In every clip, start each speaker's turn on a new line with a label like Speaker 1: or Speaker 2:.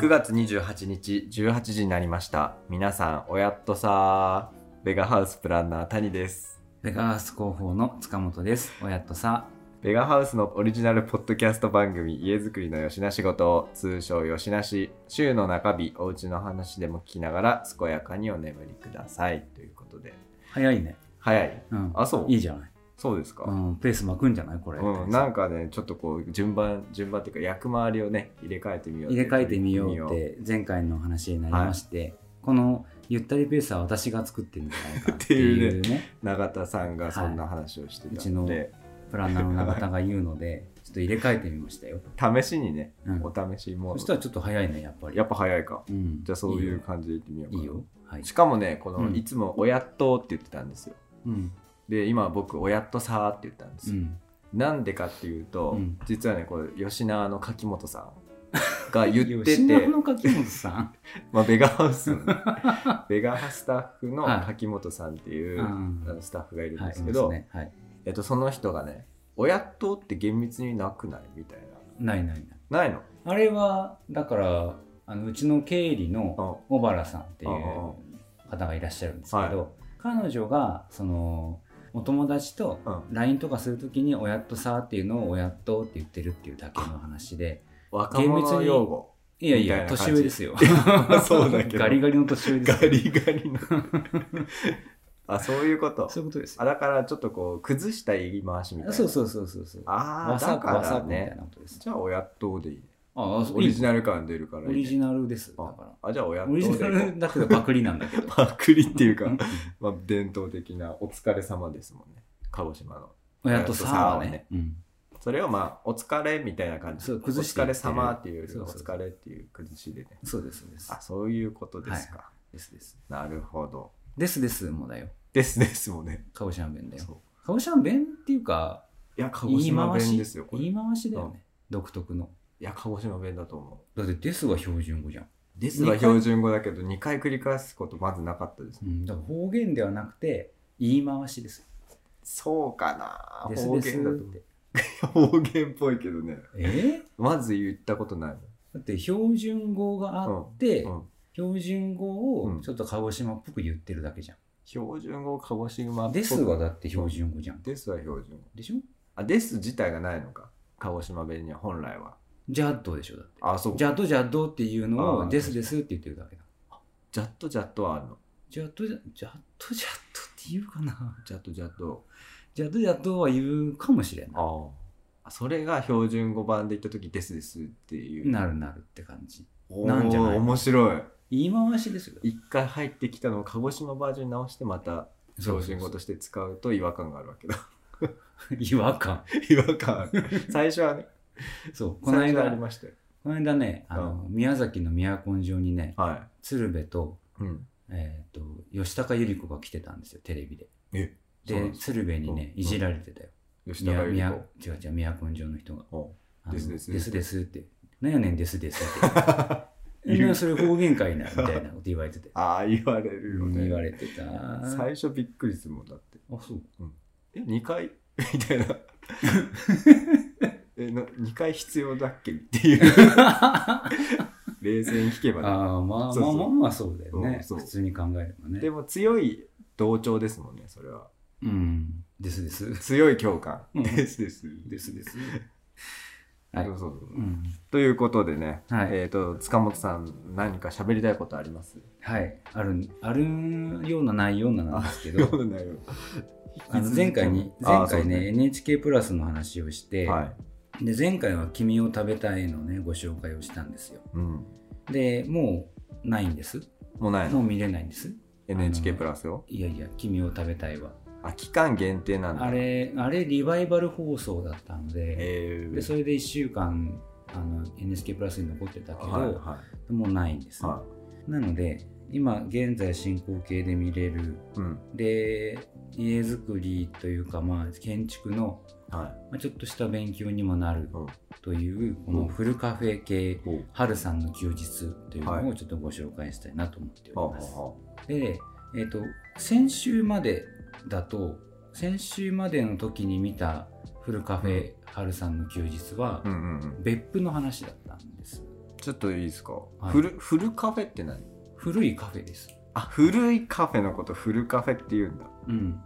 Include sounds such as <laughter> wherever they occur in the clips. Speaker 1: 9月28日18時になりました皆さんおやっとさーベガハウスプランナー谷です
Speaker 2: ベガース広報の塚本です。親とさ、
Speaker 1: ベガハウスのオリジナルポッドキャスト番組家づくりのよしな仕事を通称よしなし週の中日おうちの話でも聞きながら健やかにお眠りくださいということで
Speaker 2: 早いね。
Speaker 1: 早い
Speaker 2: うん。
Speaker 1: あそう
Speaker 2: いいじゃない。
Speaker 1: そうですか、
Speaker 2: うん、ペース巻くんじゃないこれ。
Speaker 1: うん、なんかねちょっとこう順番順番っていうか役回りをね入れ替えてみよう
Speaker 2: 入れ替えてみよ
Speaker 1: 入れ
Speaker 2: うっ
Speaker 1: 替えて
Speaker 2: て前回の話になりまして、このゆったりペースは私が作ってるんじゃないかっ
Speaker 1: <laughs>
Speaker 2: ていうね、
Speaker 1: みよう永田さんがそんな話をして
Speaker 2: う
Speaker 1: た
Speaker 2: ち
Speaker 1: の
Speaker 2: の
Speaker 1: で、
Speaker 2: プランナーの永田が言うので、ちょっと入れ替えてみましたよ。
Speaker 1: 試しにね
Speaker 2: うん。
Speaker 1: お試しモ
Speaker 2: そ
Speaker 1: ー
Speaker 2: し
Speaker 1: ド
Speaker 2: たらちょっと早いね、やっぱり。
Speaker 1: やっぱ早いか
Speaker 2: うん。
Speaker 1: じゃあそういう感じでいってみようか
Speaker 2: いいよ。いいよ。はい
Speaker 1: し。かもねこの、
Speaker 2: うん
Speaker 1: いつも「おやっと」って言ってたんですよ
Speaker 2: うん。
Speaker 1: で今僕「おやっとさ」って言ったんで
Speaker 2: う
Speaker 1: すよ、
Speaker 2: ん。
Speaker 1: なんでかっていうと、
Speaker 2: うん
Speaker 1: 実はねこれ吉永の柿本さんが言って
Speaker 2: 吉野
Speaker 1: て
Speaker 2: の柿本さん。
Speaker 1: まあ、ベガハウスのね <laughs> ベガハスタッフの
Speaker 2: はい
Speaker 1: 柿本さんって <laughs> いうう、
Speaker 2: ん
Speaker 1: あのスタッフがいるん
Speaker 2: は
Speaker 1: で
Speaker 2: い。
Speaker 1: すけど、
Speaker 2: そうですねはい。
Speaker 1: えっと、その人がね「おやっと」って厳密になくないみたい
Speaker 2: ないないない。
Speaker 1: なないの
Speaker 2: あれはだからあのうちの経理の小原さんっていう
Speaker 1: ああ
Speaker 2: 方がいらっしゃるんですけど、彼女がそのお友達と
Speaker 1: うん
Speaker 2: LINE とかするときに「おやっとさ」っていうのを「おやっと」って言ってるっていうだけの話で
Speaker 1: 若者用語
Speaker 2: いやい
Speaker 1: みた
Speaker 2: や
Speaker 1: いな感じ
Speaker 2: 年上ですよ
Speaker 1: <laughs> そうだけど
Speaker 2: ガリガリの年上で
Speaker 1: ガ
Speaker 2: すよ
Speaker 1: リガリの <laughs> あそういうこと
Speaker 2: そういうことですよ
Speaker 1: あだからちょっとこう崩した言い回しみたいな
Speaker 2: そうそうそうそうそう
Speaker 1: あ
Speaker 2: わ
Speaker 1: あ
Speaker 2: さ
Speaker 1: だ
Speaker 2: っ
Speaker 1: か
Speaker 2: わさ
Speaker 1: ら
Speaker 2: っみたい
Speaker 1: ね
Speaker 2: なことです
Speaker 1: じゃあおやっとでいいね
Speaker 2: ああそう
Speaker 1: オリジナル感出るからいいね
Speaker 2: オリジナルですだ
Speaker 1: あ
Speaker 2: か
Speaker 1: あじゃあおや
Speaker 2: ら
Speaker 1: っ
Speaker 2: オ
Speaker 1: と
Speaker 2: リ
Speaker 1: でい
Speaker 2: ジナ
Speaker 1: こう
Speaker 2: ルだけどパクリなんだけど
Speaker 1: パクリ <laughs> っていうか
Speaker 2: うん
Speaker 1: まあ伝統的なお疲れ様ですもんね鹿児島の
Speaker 2: おやっとさは
Speaker 1: おやっとさはね
Speaker 2: ね、うん
Speaker 1: それをまあお疲れみたいな感じ
Speaker 2: そう崩して
Speaker 1: お
Speaker 2: い
Speaker 1: 疲れ
Speaker 2: ってる
Speaker 1: 様っていうより
Speaker 2: そ
Speaker 1: お
Speaker 2: うそう
Speaker 1: 疲れっていう崩しでね
Speaker 2: そうです、そうです。
Speaker 1: あそういうことですか、
Speaker 2: ですです。
Speaker 1: なるほど
Speaker 2: ですですもだよ。
Speaker 1: ですですもんね
Speaker 2: 鹿児島弁だよ
Speaker 1: そ。う
Speaker 2: 鹿児島弁っていうか、
Speaker 1: いや鹿児
Speaker 2: 言い
Speaker 1: 島
Speaker 2: 回
Speaker 1: 弁
Speaker 2: し
Speaker 1: ですよこれ
Speaker 2: 言
Speaker 1: い
Speaker 2: い回しだよね。独特の。
Speaker 1: や鹿児島弁だと思う
Speaker 2: だって、ですは標準語じゃん。
Speaker 1: ですが標準語だけど2回繰り返すことまずなかったです
Speaker 2: う
Speaker 1: ね
Speaker 2: ん、だから方言ではなくて、言い回しですよ。
Speaker 1: そうかな
Speaker 2: です
Speaker 1: 方
Speaker 2: です
Speaker 1: 言だ
Speaker 2: って。
Speaker 1: と方言っぽいけどね
Speaker 2: えー
Speaker 1: まず言ったことない
Speaker 2: だって標準語があって、
Speaker 1: もん、うん、
Speaker 2: 標準語
Speaker 1: うん
Speaker 2: をちょっと鹿児島っぽく言ってるだけじゃん。
Speaker 1: 標準語鹿児島っぽく
Speaker 2: ですはだって標準語じゃん。
Speaker 1: ですは標準語
Speaker 2: でしょ
Speaker 1: あです自体がないのか鹿児島弁には本来は
Speaker 2: ジャッドでしょだって。
Speaker 1: あそう
Speaker 2: ジ
Speaker 1: じゃ
Speaker 2: ャッドジャッドっていうの
Speaker 1: あー
Speaker 2: を、ですですって言ってるだけだ。
Speaker 1: ジャットジャットはあるの
Speaker 2: ジャットジャジャットジャットって言うかな
Speaker 1: ジャットジャット
Speaker 2: ジャットジャットは言うかもしれない。
Speaker 1: ああそれが標準語版で言った時ですですっていう
Speaker 2: なるなるって感じ。
Speaker 1: おー
Speaker 2: なんじゃない
Speaker 1: 面白い
Speaker 2: 言い回しですよ。
Speaker 1: 一回入ってきたのを鹿児島バージョンに直してまた標準語として使うと違和感があるわけだ
Speaker 2: そう <laughs> そうそう違和感。
Speaker 1: <laughs> 違和感ある <laughs> 最初はね
Speaker 2: そう。この
Speaker 1: 最初
Speaker 2: 間
Speaker 1: はあり、ましたよ
Speaker 2: この間ね、あの、宮崎の宮根城にね、
Speaker 1: は
Speaker 2: 鶴瓶と、
Speaker 1: い、うん、
Speaker 2: えっ、と、吉高由里子が来てたんですよ、テレビで。
Speaker 1: えそうなん
Speaker 2: で、
Speaker 1: です
Speaker 2: 鶴瓶にね、
Speaker 1: うん
Speaker 2: いじられてたよ。
Speaker 1: 吉
Speaker 2: 宮
Speaker 1: 高由
Speaker 2: 宮
Speaker 1: 里
Speaker 2: 違う違う、宮根城の人が。
Speaker 1: 子
Speaker 2: あの
Speaker 1: ですです
Speaker 2: ですですって。なんやねんですですって
Speaker 1: <laughs> 言う。
Speaker 2: え。なんかそれ方言かいな、みたいなこと言われてて
Speaker 1: <laughs> ああ言われるよね
Speaker 2: 言われてた。あ、
Speaker 1: 最初びっくりするもんだって
Speaker 2: そう。
Speaker 1: え2回 <laughs> みたいなえな2回必要だっけって <laughs> いう
Speaker 2: あ
Speaker 1: 冷静に聞けばね、
Speaker 2: あまあ
Speaker 1: そうそう
Speaker 2: まあまあまあそうだよね、
Speaker 1: うんそう
Speaker 2: 普通に考えればね
Speaker 1: でも強い同調ですもんねそれは
Speaker 2: うんですです
Speaker 1: 強い共感、
Speaker 2: うん
Speaker 1: ですです
Speaker 2: で
Speaker 1: <laughs>
Speaker 2: すです
Speaker 1: そ
Speaker 2: は
Speaker 1: うそ
Speaker 2: い
Speaker 1: うそう
Speaker 2: うん
Speaker 1: ということでね、
Speaker 2: はい
Speaker 1: えっ、と塚本さん何か喋り <laughs> たいことあります
Speaker 2: はいあるあるようなないようななんですけど
Speaker 1: ないよ
Speaker 2: あの前回に
Speaker 1: あ
Speaker 2: 前
Speaker 1: ーそう
Speaker 2: 回
Speaker 1: です
Speaker 2: ね
Speaker 1: ね
Speaker 2: NHK プラスの話をして、
Speaker 1: はい、
Speaker 2: で前回は「君を食べたい」のねご紹介をしたんですよ
Speaker 1: うん、
Speaker 2: でもうないんです
Speaker 1: もうない
Speaker 2: も
Speaker 1: の
Speaker 2: う見れないんです
Speaker 1: NHK プラスよ
Speaker 2: いやいや「君を食べたいは」
Speaker 1: あ期間限定なんだ
Speaker 2: あれあれリバイバル放送だったので、
Speaker 1: えー、
Speaker 2: でそれで1週間あの NHK プラスに残ってたけど、
Speaker 1: はいは
Speaker 2: もうないんです
Speaker 1: い、
Speaker 2: ね、
Speaker 1: は
Speaker 2: なので今現在進行形で見れる
Speaker 1: い、うん
Speaker 2: で家づくりというか、まあ、建築の、
Speaker 1: は
Speaker 2: まあ、ちょっとした勉強にもなる
Speaker 1: うん
Speaker 2: という、このフルカフェ系
Speaker 1: いほう
Speaker 2: 春さんの休日というの
Speaker 1: は
Speaker 2: をちょっとご紹介したいなと思って
Speaker 1: はあ
Speaker 2: おり
Speaker 1: は
Speaker 2: ます、
Speaker 1: あは
Speaker 2: で、えっと先週までだと先週までの時に見たフルカフェ春さんの休日は、
Speaker 1: あうんうんうん
Speaker 2: 別府の話だったんです
Speaker 1: ちょっといいですか、
Speaker 2: い
Speaker 1: フルフルカフェって何
Speaker 2: 古いカフェです。
Speaker 1: あ古いカフェのことフルカフェって言うんだ
Speaker 2: うん。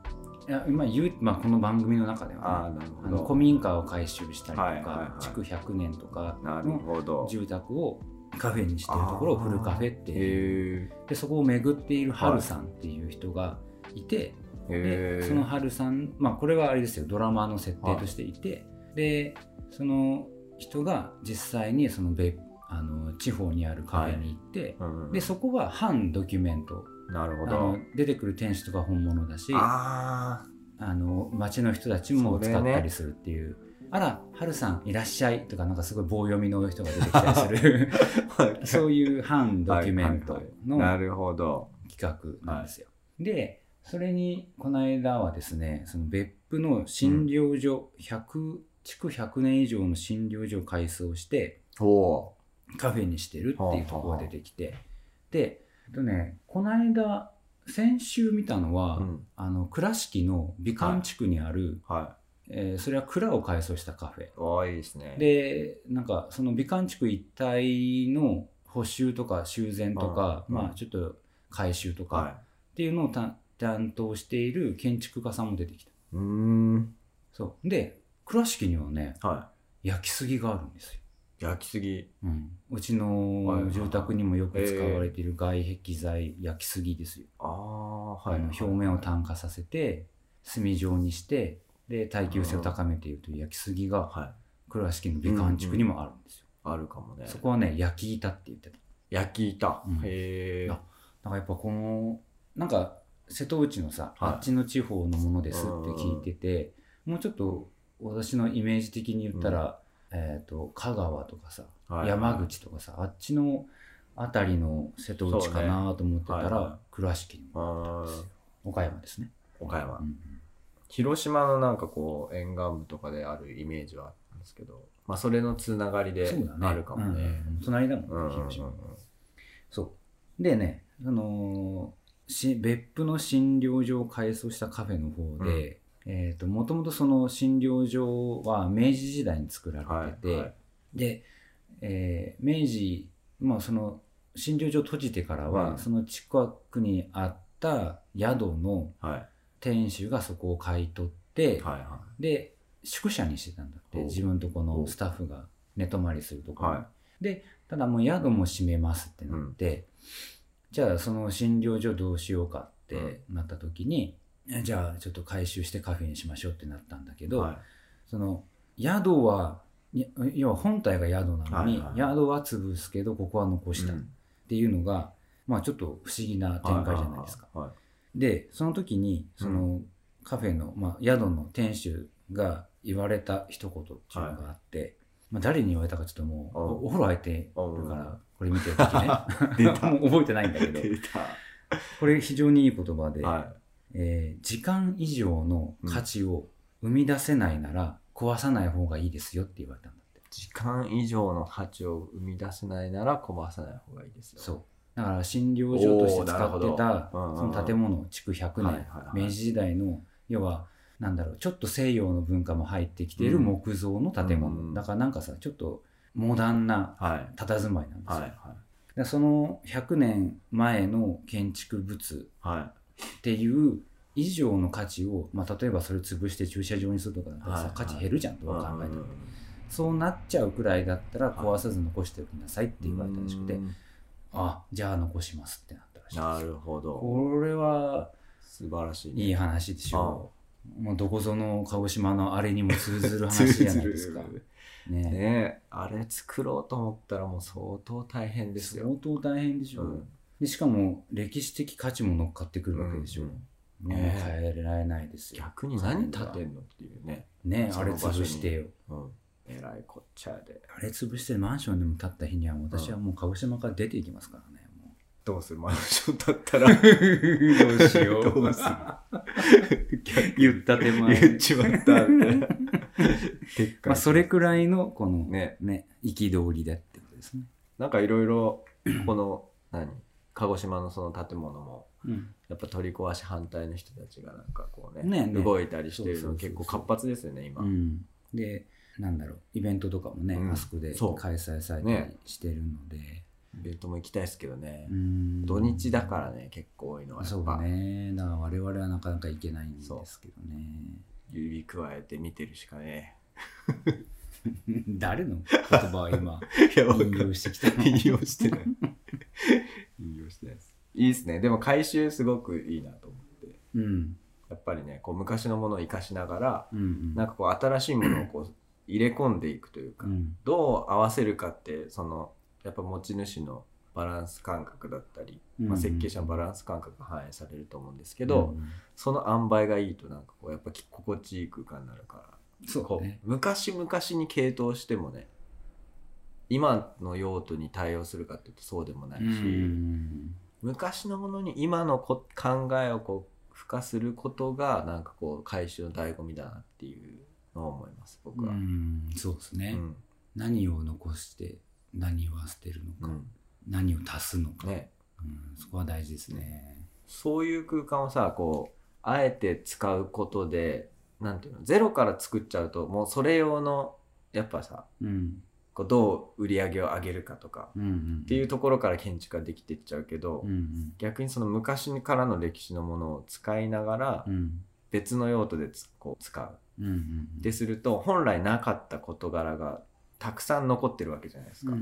Speaker 2: いや今言う、まあ、この番組の中では、
Speaker 1: ああ
Speaker 2: ね、
Speaker 1: なる
Speaker 2: あ
Speaker 1: ほ
Speaker 2: の古
Speaker 1: ど
Speaker 2: 民家を改修したりとか、
Speaker 1: はいはいはい
Speaker 2: 築100年とか
Speaker 1: なる
Speaker 2: の
Speaker 1: ほど
Speaker 2: 住宅をカフェにしているところを
Speaker 1: あー
Speaker 2: フルカフェっていう
Speaker 1: へ
Speaker 2: でそこを巡っているハルさんっていう人がいて、
Speaker 1: えへ
Speaker 2: で
Speaker 1: え
Speaker 2: そのハルさん、まあ、これはあれですよドラマの設定としていて、でその人が実際にその別あの地方にあるカフェに行って、
Speaker 1: うん
Speaker 2: でそこは反ドキュメント
Speaker 1: なるほ
Speaker 2: あ
Speaker 1: ど
Speaker 2: の出てくる店主とか本物だし
Speaker 1: あ
Speaker 2: あの街の人たち
Speaker 1: そ
Speaker 2: も使
Speaker 1: れ
Speaker 2: っ
Speaker 1: ね
Speaker 2: たりするっていう。あら、ハルさんいらっしゃいとか、なんかすごい棒読みの人が出てきたり
Speaker 1: <laughs>
Speaker 2: する、
Speaker 1: あ
Speaker 2: そういう反ドキュメントの
Speaker 1: なるほど
Speaker 2: 企画なんですよ。でそれにこの間はですねその別府の診療所、100築100年以上の診療所を改装して
Speaker 1: おお
Speaker 2: カフェにしてるっていうところが出てきてで、えっとね、この間先週見たのは、
Speaker 1: ーうん
Speaker 2: あの倉敷の美観地区にある、
Speaker 1: は
Speaker 2: えーそれは蔵を改装したカフェ
Speaker 1: いおーいいですね
Speaker 2: でなんかその美観地区一帯の補修とか修繕とか、
Speaker 1: うんうん
Speaker 2: まあちょっと改修とか、
Speaker 1: は
Speaker 2: っていうのを担担当している建築家さんも出てきた。
Speaker 1: いうーん
Speaker 2: そう。で、倉敷にはね、
Speaker 1: は
Speaker 2: 焼き杉があるんですよ。
Speaker 1: い焼きすぎ
Speaker 2: うん、う
Speaker 1: は
Speaker 2: ち
Speaker 1: い
Speaker 2: の住宅にもよく使われている外壁材焼き杉ですよ、
Speaker 1: ああは
Speaker 2: あ
Speaker 1: い
Speaker 2: の表面を炭化させて炭状にしてで耐久性を高めているという焼き杉が
Speaker 1: はい
Speaker 2: 倉敷の美観地区にもあるんですよ、
Speaker 1: あるかもね
Speaker 2: そこはね焼き板って言ってた
Speaker 1: 焼き板、
Speaker 2: うん
Speaker 1: へえ
Speaker 2: あなんかやっぱこのなんか瀬戸内のさ、
Speaker 1: はい
Speaker 2: あっちの地方のものですって聞いててもうちょっと私のイメージ的に言ったら、えー、と香川とかさ、
Speaker 1: はい
Speaker 2: 山口とかさあっちの辺りの瀬戸内かなと思ってた
Speaker 1: そうねはいは
Speaker 2: ら、倉敷に
Speaker 1: う
Speaker 2: も
Speaker 1: ーん
Speaker 2: 岡山ですね、
Speaker 1: 岡山、
Speaker 2: うんうん
Speaker 1: 広島のなんかこう沿岸部とかであるイメージはあったんですけど、まあ、それのつながりで
Speaker 2: そうだね
Speaker 1: あるかもね
Speaker 2: うんうん隣だもんね、
Speaker 1: うんうんうん
Speaker 2: 広島そうでね、あのーし別府の診療所を改装したカフェの方で、えー、ともともとその診療所は明治時代に作ら
Speaker 1: はい
Speaker 2: れてて、
Speaker 1: はい
Speaker 2: で、えー明治、まあ、その診療所を閉じてからは、
Speaker 1: うん
Speaker 2: その近くにあった宿の
Speaker 1: はい
Speaker 2: 店主がそこを買い取って、
Speaker 1: はいは
Speaker 2: で宿舎にしてたんだって
Speaker 1: ほう
Speaker 2: 自分とこ
Speaker 1: ほ
Speaker 2: の
Speaker 1: う
Speaker 2: スタッフが寝泊まりするところ、
Speaker 1: は
Speaker 2: でただもう宿も閉めますってなって、じゃあその診療所どうしようかってなった時に、えじゃあちょっと回収してカフェにしましょうってなったんだけ
Speaker 1: い
Speaker 2: ど、
Speaker 1: はい
Speaker 2: その宿はい要は本体が宿なのに、
Speaker 1: はいはい
Speaker 2: 宿は潰すけどここは残した
Speaker 1: う
Speaker 2: っ
Speaker 1: ん
Speaker 2: ていうのが、まあちょっと不思議な展開じゃないですか。
Speaker 1: はい
Speaker 2: でその時にそのカフェの、まあ、宿の店主が言われた一言っていうのがあって、まあ、誰に言われたかちょっともう
Speaker 1: うん
Speaker 2: おお風呂入ってるか
Speaker 1: う
Speaker 2: らこれ見てる時ね
Speaker 1: 出 <laughs> た
Speaker 2: もう覚えてないんだけど
Speaker 1: 出た
Speaker 2: これ非常にいい言葉で、
Speaker 1: は
Speaker 2: えー時間以上の価値を生み出せないなら壊さない方がいいですよって言われたんだって
Speaker 1: い時間以上の価値を生み出せないなら壊さない方がいいですよ
Speaker 2: そうだから診療所として使って
Speaker 1: おーなる
Speaker 2: た
Speaker 1: ほ
Speaker 2: そ
Speaker 1: どうんうん
Speaker 2: の建物築100
Speaker 1: はい
Speaker 2: 年
Speaker 1: はいはい
Speaker 2: 明治時代の要はなんだろうちょっと西洋の文化も入ってきている木造の建物、
Speaker 1: うん
Speaker 2: だからなんかさちょっとモダンな
Speaker 1: はい
Speaker 2: 佇まいなんです
Speaker 1: は
Speaker 2: よ、
Speaker 1: いは
Speaker 2: でその100年前の建築物
Speaker 1: いはい
Speaker 2: っていう以上の価値を、まあ、例えばそれ潰して駐車場にするとかだったらさ、
Speaker 1: はいはい
Speaker 2: 価値減るじゃんどう考えて
Speaker 1: う
Speaker 2: も、
Speaker 1: ん
Speaker 2: そうなっちゃうくらいだったら壊さず残しておきなさいって言われたらしくて、
Speaker 1: うん
Speaker 2: あじゃあ残しますってなったらしい
Speaker 1: な
Speaker 2: です
Speaker 1: るほど
Speaker 2: これは
Speaker 1: 素晴らしいね
Speaker 2: いい話でしょもうどこぞの鹿児島のあれにも通ずる
Speaker 1: あ
Speaker 2: 話じゃないですか。
Speaker 1: <laughs> 通ずる
Speaker 2: ね
Speaker 1: ねえあれ作ろうと思ったらもう相当大変ですよ
Speaker 2: 相当大変でしょ、
Speaker 1: うん
Speaker 2: で。しかも歴史的価値も乗っかってくるわけでしょ。
Speaker 1: う
Speaker 2: うんもう
Speaker 1: ね
Speaker 2: 変えられないですよ。
Speaker 1: 逆に何立てんのっていうね、
Speaker 2: ね
Speaker 1: そ
Speaker 2: あ
Speaker 1: の
Speaker 2: れ
Speaker 1: 場所に
Speaker 2: 潰してよ。
Speaker 1: うん、えらいこっちゃで
Speaker 2: あれ潰してマンションでも建った日には私はもう鹿児島から出ていきますからね。も
Speaker 1: どうするマンションだったら
Speaker 2: う <laughs> どうしよう。
Speaker 1: <laughs> どうす逆
Speaker 2: 言った手前。
Speaker 1: 言っちま <laughs> ったでっかい
Speaker 2: まあそれくらいのこの
Speaker 1: ね
Speaker 2: ね憤、りだってことですね。
Speaker 1: なんかいろい <clears throat> ろこの何鹿児島のその建物も
Speaker 2: うん、
Speaker 1: やっぱ取り壊し反対の人たちがなんかこうね
Speaker 2: ねえねえ
Speaker 1: 動いたりしてる
Speaker 2: そうそうそうそ
Speaker 1: の
Speaker 2: う
Speaker 1: 結構活発ですよね今、
Speaker 2: うん、でなんだろうイベントとかもね、
Speaker 1: うん
Speaker 2: あそこで
Speaker 1: そう
Speaker 2: 開催されたり
Speaker 1: ね
Speaker 2: してるので、
Speaker 1: イベントも行きたいですけどね
Speaker 2: う、ん
Speaker 1: 土日だからね結構多いのはや
Speaker 2: そ
Speaker 1: っ
Speaker 2: う
Speaker 1: ぱ、
Speaker 2: ねだから我々はなかなか行けないんですけどね
Speaker 1: 指加えて見てるしかね
Speaker 2: <laughs> 誰の言葉を
Speaker 1: <laughs>
Speaker 2: 今
Speaker 1: <laughs> いやわか
Speaker 2: 引
Speaker 1: んない
Speaker 2: 用してきた
Speaker 1: <laughs>
Speaker 2: の
Speaker 1: 引用してない引用してないですいいですねでも回収すごくいいなと思って
Speaker 2: うん
Speaker 1: やっぱりねこう昔のものを生かしながら
Speaker 2: うんうん
Speaker 1: なんかこう新しいものをこう入れ込んでいくというか、
Speaker 2: うん
Speaker 1: どう合わせるかってそのやっぱ持ち主のバランス感覚だったり、まあ、設計者のバランス感覚が反映されると思うんですけ
Speaker 2: け
Speaker 1: ど、その塩梅がいいとなんかこうやっぱき心地いい空間になるから
Speaker 2: そう
Speaker 1: こ
Speaker 2: ね
Speaker 1: う昔々に系統してもね今の用途に対応するかっていうとそうでもないし、
Speaker 2: うん
Speaker 1: 昔のものに今のこ考えをこう付加することがなんかこう回収の醍醐味だなっていうのを思います僕
Speaker 2: う
Speaker 1: は。
Speaker 2: んそうです
Speaker 1: う
Speaker 2: ね、
Speaker 1: ん
Speaker 2: 何を残して何を捨てるの
Speaker 1: う
Speaker 2: か、
Speaker 1: ん
Speaker 2: 何を足すのか、
Speaker 1: ね、
Speaker 2: うん、そこは大事ですね、
Speaker 1: そういう空間をさこうあえて使うことでなんていうのゼロから作っちゃうともうそれ用のやっぱさ
Speaker 2: うん
Speaker 1: こうどう売り上げを上げるかとか
Speaker 2: うんうん、
Speaker 1: っていうところから建築ができていっちゃうけど、
Speaker 2: うん
Speaker 1: 逆にその昔からの歴史のものを使いながら
Speaker 2: うんうん
Speaker 1: 別の用途でつこう使う
Speaker 2: うんうん
Speaker 1: ですると本来なかった事柄がたくさん残ってるわけじゃないです
Speaker 2: うん
Speaker 1: か、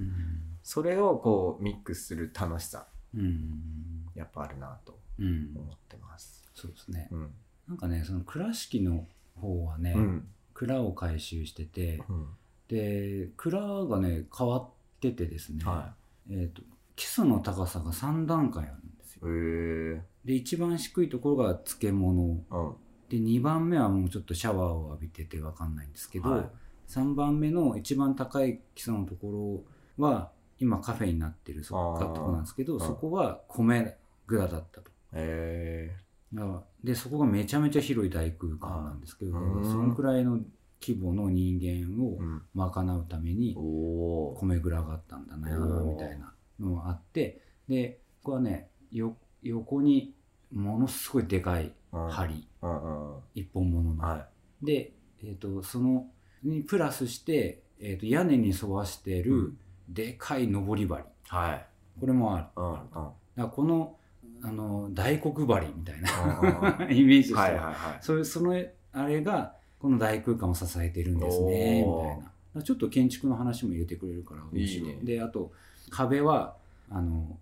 Speaker 1: それをこうミックスする楽しさ
Speaker 2: うん
Speaker 1: やっぱあるなと
Speaker 2: うんうん
Speaker 1: 思ってます
Speaker 2: そうですね
Speaker 1: うん
Speaker 2: なんかねその倉敷の方はね、
Speaker 1: うん
Speaker 2: 蔵を回収してて
Speaker 1: うん
Speaker 2: で蔵がね変わっててですね、
Speaker 1: は
Speaker 2: えー、と基礎の高さが3段階あるんですよ
Speaker 1: いへえー、
Speaker 2: で一番低いところが漬物
Speaker 1: うん
Speaker 2: で2番目はもうちょっとシャワーを浴びてて分かんないんですけど、
Speaker 1: はい
Speaker 2: 3番目の一番高い基礎のところは今カフェになってるそこ
Speaker 1: あ
Speaker 2: か
Speaker 1: ー
Speaker 2: とこなんですけど
Speaker 1: うん
Speaker 2: そこは米蔵だったと
Speaker 1: え
Speaker 2: だからでそこがめちゃめちゃ広い大空間なんですけど
Speaker 1: あーうん
Speaker 2: そのくらいの規模の人間
Speaker 1: ー
Speaker 2: を
Speaker 1: うん、
Speaker 2: 賄うために
Speaker 1: おお
Speaker 2: 米蔵があったんだな
Speaker 1: おー
Speaker 2: みたいなのがあってでここはねよ横にものすごいでかい
Speaker 1: り
Speaker 2: 針
Speaker 1: うんうんうん
Speaker 2: 一本物の
Speaker 1: は
Speaker 2: で、えー、とそのにプラスして、えー、と屋根に沿わして
Speaker 1: い
Speaker 2: る、でかい上り針
Speaker 1: はい
Speaker 2: これもあるだか
Speaker 1: うんうんうん
Speaker 2: らこのあの大黒針みたいな <laughs>
Speaker 1: うんは
Speaker 2: イメージし
Speaker 1: い
Speaker 2: たら、
Speaker 1: はいはい
Speaker 2: それそのあれがこの大空間を支えてるんですねみ
Speaker 1: おー
Speaker 2: たいなだからちょっと建築の話も入れてくれるから面白
Speaker 1: いいね
Speaker 2: であと壁はあの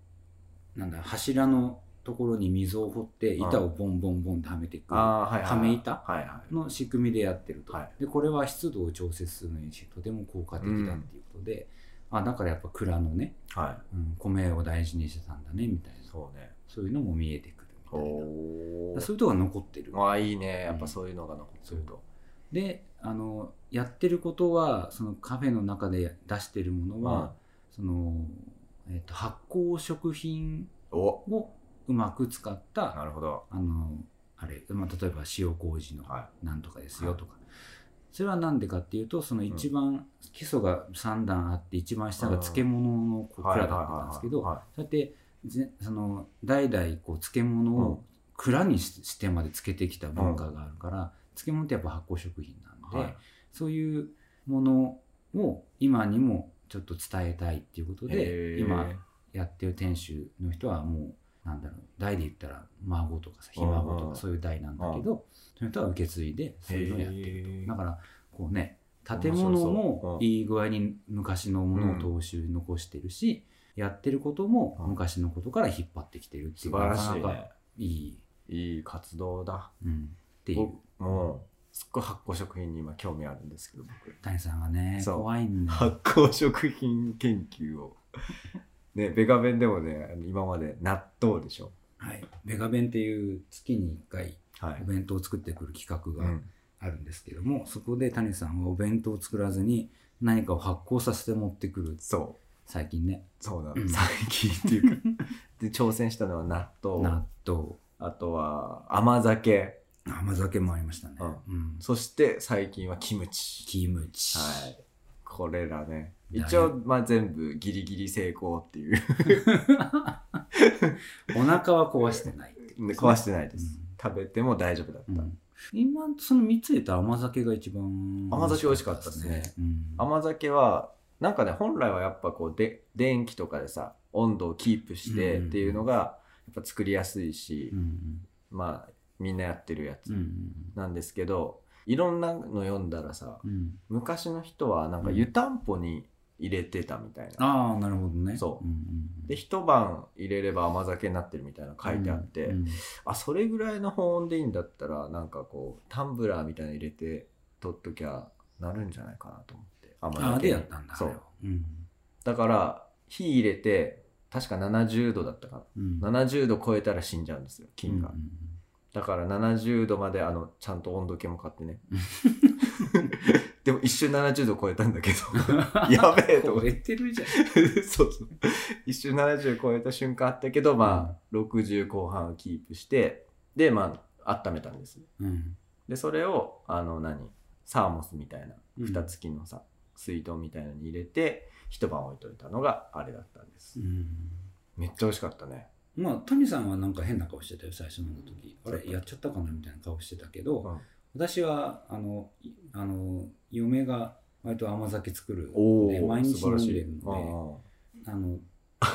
Speaker 2: なんだ柱のところに溝を掘って板をボンボンボンってはめていく
Speaker 1: あーはいはい
Speaker 2: はめ板
Speaker 1: はいはい
Speaker 2: の仕組みでやってると、
Speaker 1: はい
Speaker 2: でこれは湿度を調節するのにとても効果的だっていうことで、あだからやっぱ蔵のね、
Speaker 1: は
Speaker 2: うん、米を大事にしてたんだねみたい
Speaker 1: い
Speaker 2: な
Speaker 1: そうね
Speaker 2: そういうのも見えてくるみたいなだか
Speaker 1: お
Speaker 2: らそういうとこが残ってる
Speaker 1: ああいいねやっぱそういうのが残ってると、
Speaker 2: であのやってることはそのカフェの中で出してるものは、そのえっと発酵食品
Speaker 1: お
Speaker 2: をうまく使った
Speaker 1: なるほど
Speaker 2: あのあれ、まあ、例えば塩麹の
Speaker 1: は
Speaker 2: なんとかですよとか、それは何でかっていうとその一番基礎が3段あって一番下が漬物の
Speaker 1: い
Speaker 2: こう蔵だったんですけどそう
Speaker 1: は
Speaker 2: やってぜその代々こう漬物
Speaker 1: うん
Speaker 2: を蔵にししてまで漬けてきた文化があるから、漬物ってやっぱ発酵食品なん
Speaker 1: い
Speaker 2: で、
Speaker 1: はいはい
Speaker 2: そういうものを今にもちょっと伝えたいっていうこと
Speaker 1: へ
Speaker 2: で
Speaker 1: ー
Speaker 2: 今やってる店主の人はもうなんだろう代で言ったら孫とかさひ孫
Speaker 1: うん
Speaker 2: と
Speaker 1: うん
Speaker 2: かそういう代なんだけどその人は受け継いでそういうのをやって
Speaker 1: へー
Speaker 2: るとだからこうね
Speaker 1: 白そう
Speaker 2: 建物
Speaker 1: う
Speaker 2: も
Speaker 1: ん
Speaker 2: いい具合に昔のものを踏襲残してるし、やってることも
Speaker 1: うん
Speaker 2: 昔のことから引っ張ってきてるってい
Speaker 1: 素
Speaker 2: う
Speaker 1: 晴らし
Speaker 2: ないかなか
Speaker 1: ね
Speaker 2: いい、
Speaker 1: いい活動だ
Speaker 2: うん、っていう
Speaker 1: 僕もうすっごい発酵食品に今興味あるんですけど僕
Speaker 2: 谷さんはね
Speaker 1: そう
Speaker 2: 怖いんだよ
Speaker 1: <laughs> 発酵食品研究をねベガ弁でもねあの今まで納豆でしょ
Speaker 2: はい、メガ弁っていう月に1回
Speaker 1: はい
Speaker 2: お、弁当を作ってくる企画
Speaker 1: う
Speaker 2: が
Speaker 1: ん
Speaker 2: あるんですけども、そこで谷さんはお弁当を作らずに何かを発酵させて持ってくる
Speaker 1: そう
Speaker 2: 最近ね
Speaker 1: そうなの、
Speaker 2: うん
Speaker 1: 最近っていう <laughs> かで挑戦したのは納豆
Speaker 2: 納豆
Speaker 1: あとは甘酒
Speaker 2: 甘酒もありましたね、
Speaker 1: う
Speaker 2: うん
Speaker 1: そして最近はキムチ
Speaker 2: キムチ、
Speaker 1: はい。これらね。
Speaker 2: だい
Speaker 1: 一応、まあ、全部ギリギリ成功って
Speaker 2: <laughs>
Speaker 1: いう。
Speaker 2: お腹は壊してないっていう
Speaker 1: <laughs> 壊してないです。
Speaker 2: うん
Speaker 1: 食べても大丈夫だった。
Speaker 2: うん今、その3つで言ったら甘酒が一番
Speaker 1: 甘酒美味しかったですね
Speaker 2: うん
Speaker 1: 甘酒はなんかね本来はやっぱこうで電気とかでさ温度をキープしてっていうのがやっぱ作りやすいし、
Speaker 2: うん
Speaker 1: まあみんなやってるや
Speaker 2: うん
Speaker 1: つ
Speaker 2: うん
Speaker 1: なんですけど、いろんなの読んだらさ
Speaker 2: うん
Speaker 1: 昔の人はなんか湯たんぽに入れてたみたいな、
Speaker 2: ああ、なるほどね。
Speaker 1: そう
Speaker 2: うんうんうん。
Speaker 1: で一晩入れれば甘酒になってるみたいなの書いてあって、
Speaker 2: うんうん
Speaker 1: あそれぐらいの保温でいいんだったらなんかこうタンブラーみたいなの入れて取っときゃなるんじゃないかなと思って甘
Speaker 2: ああ、で
Speaker 1: に
Speaker 2: やったんだ。
Speaker 1: そう
Speaker 2: あれは。うん
Speaker 1: だから火入れて確か70度だったか
Speaker 2: うん。
Speaker 1: な70度超えたら死んじゃうんですよ菌が、
Speaker 2: うんうん
Speaker 1: だから70度まであのちゃんと温度計も買って
Speaker 2: <laughs>
Speaker 1: ねでも一瞬70度超えたんだ
Speaker 2: <laughs>
Speaker 1: けど <laughs> やべえと思っ
Speaker 2: 超
Speaker 1: て
Speaker 2: えてるじゃん。
Speaker 1: そうそう一瞬70超えた瞬間あったけどまあ60後半をキープしてでまあ温めたんです
Speaker 2: うん。
Speaker 1: でそれをあの何サーモスみたいな
Speaker 2: うん
Speaker 1: 蓋付きのさ、水筒みたいのに入れて一晩置いといたのがあれだったんです、
Speaker 2: うん
Speaker 1: めっちゃ美味しかったね
Speaker 2: まあ、谷さんはなんか変な顔してたよ、最初の時。あれ、やっちゃったかなみたいな顔してたけど、
Speaker 1: うん
Speaker 2: 私は、あの、いあの、嫁が割と甘酒作る
Speaker 1: お
Speaker 2: ので、毎
Speaker 1: お
Speaker 2: 日
Speaker 1: 素晴
Speaker 2: 飲ん
Speaker 1: ら
Speaker 2: で
Speaker 1: しい
Speaker 2: る
Speaker 1: あ
Speaker 2: の
Speaker 1: あ
Speaker 2: で、あ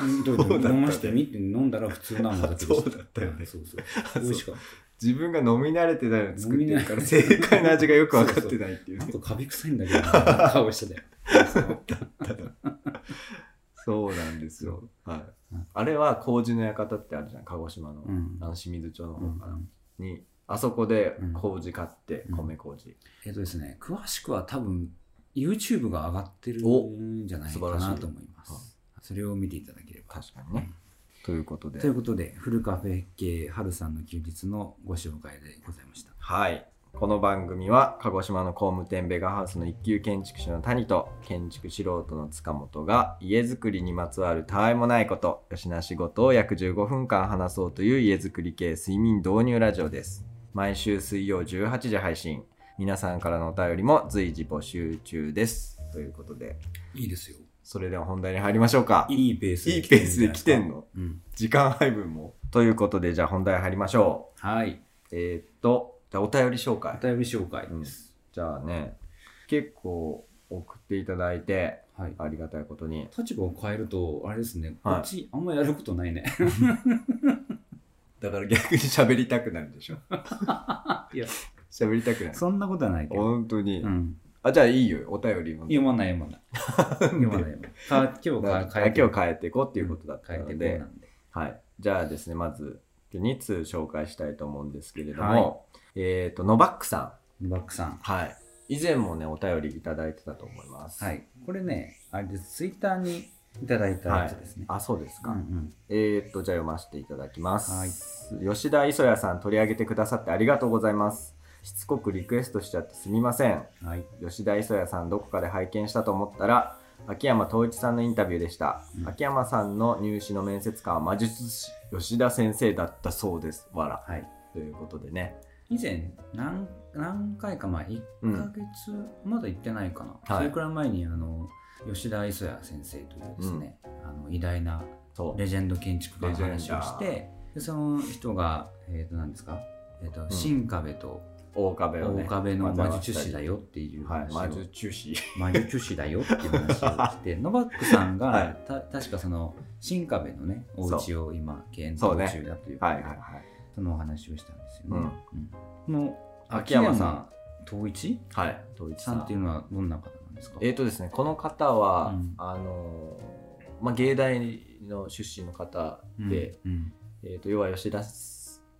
Speaker 1: <laughs>
Speaker 2: の、どうぞ
Speaker 1: そうだったね
Speaker 2: 飲ましてみって飲んだら普通の甘酒でし
Speaker 1: そ
Speaker 2: た。
Speaker 1: うだったよね
Speaker 2: あそう
Speaker 1: <laughs>
Speaker 2: そう。 <laughs> 美味しかった。
Speaker 1: 自分が飲み慣れてないの作ってるから
Speaker 2: <laughs> 飲み慣れ
Speaker 1: 正解の味がよく分かってないっていう
Speaker 2: なん
Speaker 1: ね
Speaker 2: かカビ臭いんだけど、みたいな顔してたよ。そう
Speaker 1: <laughs> そうなんですよ、はい
Speaker 2: うん
Speaker 1: あれは麹の館ってあるじゃん鹿児島の,、
Speaker 2: うん
Speaker 1: あの清水町の
Speaker 2: う
Speaker 1: 方
Speaker 2: ん
Speaker 1: かな、にあそこで
Speaker 2: うん
Speaker 1: 麹買って、
Speaker 2: うん
Speaker 1: 米麹
Speaker 2: えっとですね、詳しくは多分 YouTube が上がってる
Speaker 1: お
Speaker 2: んじゃないか
Speaker 1: 素晴
Speaker 2: な
Speaker 1: らしい
Speaker 2: と思いま
Speaker 1: はい
Speaker 2: す。それを見ていただければ。
Speaker 1: 確かにね、ということで
Speaker 2: ということで、フルカフェ系春さんの休日のご紹介でございました。
Speaker 1: はい。この番組は鹿児島の工務店ベガハウスの一級建築士の谷と建築素人の塚本が家づくりにまつわるたわいもないこと、吉な仕事を約15分間話そうという家づくり系睡眠導入ラジオです。毎週水曜18時配信。皆さんからのお便りも随時募集中です。ということで、
Speaker 2: いいですよ。
Speaker 1: それでは本題に入りましょうか。
Speaker 2: いいペース
Speaker 1: いいペースで来てんの
Speaker 2: うん。
Speaker 1: 時間配分も。ということで、じゃあ本題入りましょ
Speaker 2: はい。
Speaker 1: う。えーっと、じゃあお便り紹介
Speaker 2: お。便り紹介です。
Speaker 1: じゃあね、結構送っていただいて、
Speaker 2: はい。
Speaker 1: ありがたいことに。
Speaker 2: 立場を変えると、あれですね、こ
Speaker 1: はい
Speaker 2: っちあんまやることな
Speaker 1: <laughs>
Speaker 2: いね。
Speaker 1: だから逆に喋りたくなるでしょ。 <laughs>
Speaker 2: いや、
Speaker 1: 喋りたくなる。
Speaker 2: そんなことはないけど。
Speaker 1: 本当に、
Speaker 2: うん。
Speaker 1: あ、じゃあいいよ、お便りも。
Speaker 2: 読まない読
Speaker 1: <laughs>
Speaker 2: まない。読まない読まない。か今日
Speaker 1: なん
Speaker 2: か
Speaker 1: か
Speaker 2: 変えて
Speaker 1: 今日変えていこうっていうことだった
Speaker 2: 変え
Speaker 1: の
Speaker 2: てこう
Speaker 1: で、
Speaker 2: なんで。
Speaker 1: はい。じゃあですね、まず、2通紹介したいと思うんですけれども、
Speaker 2: は
Speaker 1: えっ、と、ノバックさん。
Speaker 2: バックさん。
Speaker 1: はい。以前もね、お便りいただいてたと思います。
Speaker 2: は。い、これね、あれです、ツイッターにいただいたやつですね。
Speaker 1: あ、そうですか。
Speaker 2: うんうん
Speaker 1: えー、っと、じゃあ読ませていただきます。吉田磯谷さん取り上げてくださってありがとうございます。しつこくリクエストしちゃってすみません。
Speaker 2: はい、
Speaker 1: 吉田磯谷さんどこかで拝見したと思ったら、秋山統一さんのインタビューでした。
Speaker 2: うん
Speaker 1: 秋山さんの入試の面接官は魔術師吉田先生だったそうです。わら。
Speaker 2: はい、
Speaker 1: ということでね。
Speaker 2: 以前何、何回か前、1
Speaker 1: うん
Speaker 2: ヶ月、まだ行ってないかな、
Speaker 1: はい
Speaker 2: それくらい前にあの吉田磯谷先生というですね、あの偉大な
Speaker 1: そう。
Speaker 2: レジェンド建築家の
Speaker 1: レジ
Speaker 2: 話
Speaker 1: ェン
Speaker 2: を
Speaker 1: ダー
Speaker 2: して、でその人が、えー、と何ですか、えーと
Speaker 1: ん
Speaker 2: 新壁と
Speaker 1: 大壁をね。
Speaker 2: 大壁の魔術師だ
Speaker 1: よ。
Speaker 2: よっていう
Speaker 1: はい。
Speaker 2: 話を、
Speaker 1: 魔術師。
Speaker 2: 魔術師だよっていう話を
Speaker 1: <laughs>
Speaker 2: して、ノバックさんが、
Speaker 1: はい
Speaker 2: た確かその新壁のね、お家を今、検
Speaker 1: そう
Speaker 2: 討
Speaker 1: ね
Speaker 2: 中だということ
Speaker 1: は
Speaker 2: で
Speaker 1: いはいはい。
Speaker 2: そのお話をしたんですよ
Speaker 1: う
Speaker 2: ね
Speaker 1: ん。
Speaker 2: うんこの
Speaker 1: 秋
Speaker 2: 秋
Speaker 1: 山
Speaker 2: 山
Speaker 1: さ
Speaker 2: さ
Speaker 1: ん
Speaker 2: ん、統一
Speaker 1: はい。統一
Speaker 2: さんっていうのはどんな方なんですか
Speaker 1: えーとですね、この方は、
Speaker 2: うん
Speaker 1: あのーまあ、芸大の出身の方で、、
Speaker 2: うん
Speaker 1: えー、と要は吉田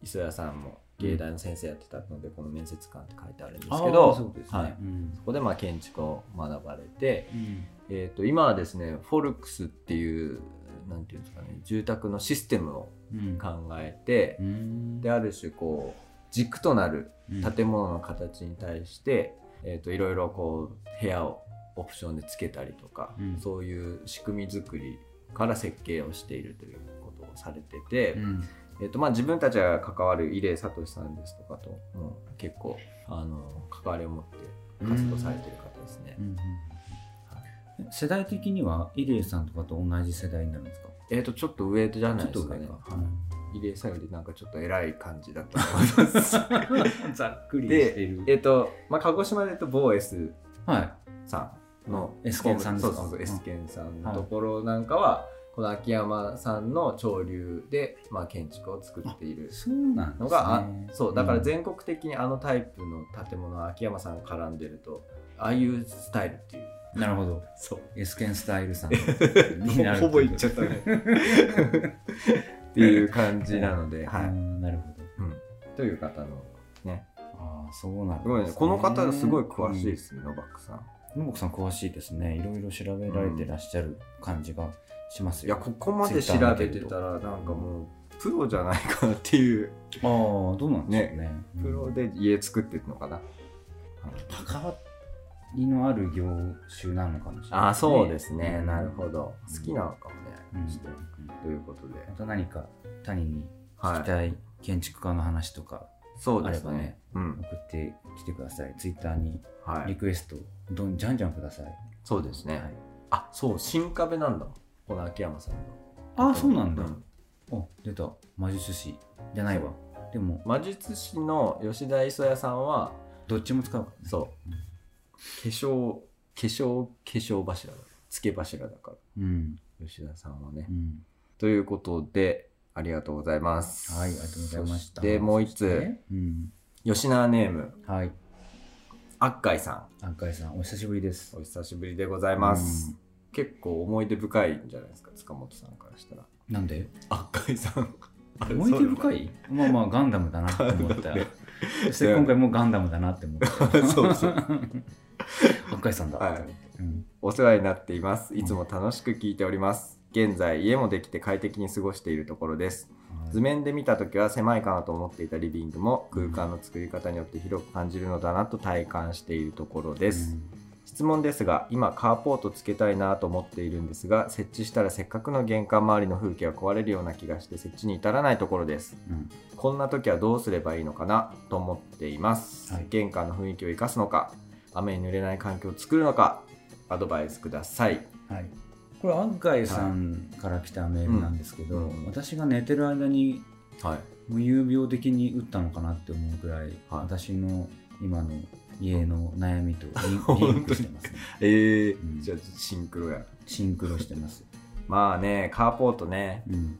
Speaker 1: 磯谷さんも芸大の先生やってたので、この面接官って書いてあるんですけ
Speaker 2: あー
Speaker 1: ど
Speaker 2: そうですね
Speaker 1: はい、
Speaker 2: うん
Speaker 1: そこでまあ建築を学ばれて、
Speaker 2: うん
Speaker 1: えー、と今はですねフォルクスっていうなんていうんですかね住宅のシステムを
Speaker 2: うん
Speaker 1: 考えて、
Speaker 2: うん
Speaker 1: である種こう軸となる
Speaker 2: うん
Speaker 1: 建物の形に対して、えー、といろいろこう部屋をオプションでつけたりとか、
Speaker 2: うん
Speaker 1: そういう仕組み作りから設計をしているということをされてて、
Speaker 2: うん
Speaker 1: えーとまあ、自分たちが関わる入江聡さんですとかとも結構あの関わりを持って活動されてる方ですね。
Speaker 2: うんえ世代的には入江さんとかと同じ世代になるんですか
Speaker 1: えー、とちょっと上じゃない
Speaker 2: ちょっ
Speaker 1: で
Speaker 2: と
Speaker 1: すか
Speaker 2: 上
Speaker 1: ね。
Speaker 2: か
Speaker 1: はい入れ作用でなんかちょっと偉い感じだったと思います
Speaker 2: <laughs> ざっくりして
Speaker 1: で
Speaker 2: る。
Speaker 1: えっと、まあ、鹿児島で言うとボーエス
Speaker 2: は
Speaker 1: さんの
Speaker 2: エスケンさんです
Speaker 1: そう
Speaker 2: か
Speaker 1: そうそう
Speaker 2: うん
Speaker 1: エスケンさんのところなんかは、この秋山さんの潮流で、まあ、建築を作っている
Speaker 2: い。そうなんですね。
Speaker 1: のが、あそうだから
Speaker 2: 全
Speaker 1: 全国的にあのタイプの建物は秋山さんが絡んでるとああいうスタイルっていう
Speaker 2: なるほど。
Speaker 1: そう
Speaker 2: エスケンスタイ <laughs> ルさん
Speaker 1: ほぼ言っちゃったねっていう感じなので、
Speaker 2: は。
Speaker 1: はいい
Speaker 2: うんなるほど。
Speaker 1: うん、という方のね
Speaker 2: ああ、そうなんですす
Speaker 1: ごい
Speaker 2: ね
Speaker 1: ねこの方すごい詳しいですね、ノバックさん
Speaker 2: 野木さん詳しいですねいろいろ調べられてらっしゃる感じがします
Speaker 1: いや
Speaker 2: よ、
Speaker 1: ここまで調べてたらなんかもうプロじゃないかなっていう
Speaker 2: ああどうなんですかねうん
Speaker 1: プロで家作ってるのかな、
Speaker 2: 関わりのある業種なのかもしれない、
Speaker 1: ああそうですね、なるほ
Speaker 2: ど、
Speaker 1: ど好きなのかもね、
Speaker 2: うん
Speaker 1: ちょっとということで、
Speaker 2: また何か谷に
Speaker 1: は
Speaker 2: 聞
Speaker 1: い
Speaker 2: き、たい建築家の話とか
Speaker 1: そうです
Speaker 2: あればね
Speaker 1: うん
Speaker 2: 送ってきてください、ツイッターに
Speaker 1: は
Speaker 2: リ
Speaker 1: い、
Speaker 2: クエストどんじゃんじゃんください、
Speaker 1: そうですね、
Speaker 2: はい
Speaker 1: あそう新壁なんだこの秋山さんの
Speaker 2: ああそうなんだ、あ出た魔術師じゃないわでも
Speaker 1: 魔術師の吉田磯谷さんは
Speaker 2: どっちも使うか
Speaker 1: そう化粧化粧化粧柱だ付け柱だか
Speaker 2: うん
Speaker 1: ら吉田さんはね、
Speaker 2: うん
Speaker 1: ということでありがとうございます
Speaker 2: はい、ありがとうございました。
Speaker 1: そしてもう一
Speaker 2: そして
Speaker 1: つ
Speaker 2: ねうん。
Speaker 1: 吉永ネーム
Speaker 2: はい、
Speaker 1: あっかいさ
Speaker 2: アンカイさん、お久しぶりです
Speaker 1: んお。久しぶりでございます、結構思い出深いんじゃないですか塚本さんからしたら
Speaker 2: なんで
Speaker 1: あっかいさんあれ
Speaker 2: 思い出
Speaker 1: そうだ
Speaker 2: 深いまあまあ、ガンダムだなって思っ
Speaker 1: ガンダ
Speaker 2: <laughs> た
Speaker 1: ムね。
Speaker 2: そして今回もガンダムだなって思った。
Speaker 1: <laughs> そうそう
Speaker 2: アンカイさんだって思って。うん
Speaker 1: お世話になっています。いつも楽しく聞いております。現在、家もできて快適に過ごしているところです。図面で見た時は狭いかなと思っていたリビングも空間の作り方によって広く感じるのだなと体感しているところです。。質問ですが、今カーポートつけたいなと思っているんですが、設置したらせっかくの玄関周りの風景は壊れるような気がして設置に至らないところです。
Speaker 2: うんうん
Speaker 1: こんな時はどうすればいいのかなと思っています、
Speaker 2: はい
Speaker 1: 玄関の雰囲気を生かすのか雨に濡れない環境を作るのかアドバイスください
Speaker 2: はい。これ、アンカイさんから来たメールなんですけど、
Speaker 1: はいうん
Speaker 2: 私が寝てる間に
Speaker 1: はい
Speaker 2: 無遊病的に打ったのかなって思うぐらい、
Speaker 1: はい
Speaker 2: 私の今の家の悩みと
Speaker 1: 本当
Speaker 2: リ
Speaker 1: に
Speaker 2: ンリンクしてますね。
Speaker 1: えー
Speaker 2: うん
Speaker 1: じゃあシンクロや
Speaker 2: シンクロしてます。
Speaker 1: まあねカーポートね
Speaker 2: うん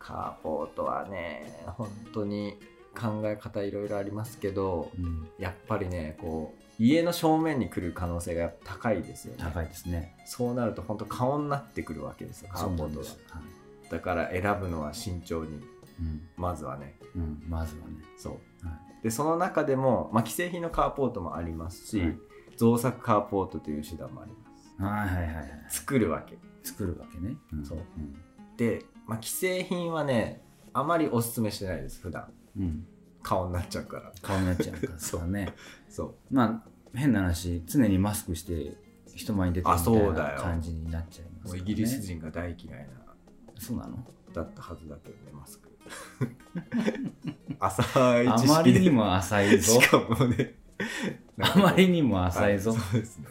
Speaker 1: カーポートはね本当に考え方いろいろありますけど
Speaker 2: うん
Speaker 1: やっぱりねこう家の正面に来る可能性が高いですよね
Speaker 2: 高いですね。
Speaker 1: そうなると本当顔になってくるわけですよカーポートは
Speaker 2: そうなんです
Speaker 1: だから選ぶのは慎重に
Speaker 2: はいうん
Speaker 1: まずはね
Speaker 2: うん、まずはね。
Speaker 1: そう
Speaker 2: は
Speaker 1: でその中でも、まあ、既製品のカーポートもありますし、
Speaker 2: はい
Speaker 1: 造作カーポートという手段もありま
Speaker 2: い、はいはいはいはい。
Speaker 1: す作るわけ
Speaker 2: 作るわけね。ん
Speaker 1: そうんで、まあ、既製品はねあまりおすすめしてないです普段
Speaker 2: うん、
Speaker 1: 顔になっちゃうから
Speaker 2: 顔になっちゃうか
Speaker 1: <laughs>
Speaker 2: らそうね。
Speaker 1: そう
Speaker 2: まあ、変な話、常にマスクして人前に出てる
Speaker 1: あ
Speaker 2: み
Speaker 1: そう
Speaker 2: たい
Speaker 1: だ
Speaker 2: な
Speaker 1: よ
Speaker 2: 感じになっちゃいま
Speaker 1: もう
Speaker 2: すからね、
Speaker 1: イギリス人が大嫌いな
Speaker 2: そうなの
Speaker 1: だったはずだけどねマス
Speaker 2: <laughs>
Speaker 1: ク <laughs> 浅い
Speaker 2: あ
Speaker 1: 知
Speaker 2: ま
Speaker 1: 識
Speaker 2: りに
Speaker 1: で
Speaker 2: も浅いぞ
Speaker 1: し。かもねなん
Speaker 2: <laughs> あ
Speaker 1: かこう
Speaker 2: まりにも浅いぞ。
Speaker 1: はそうですね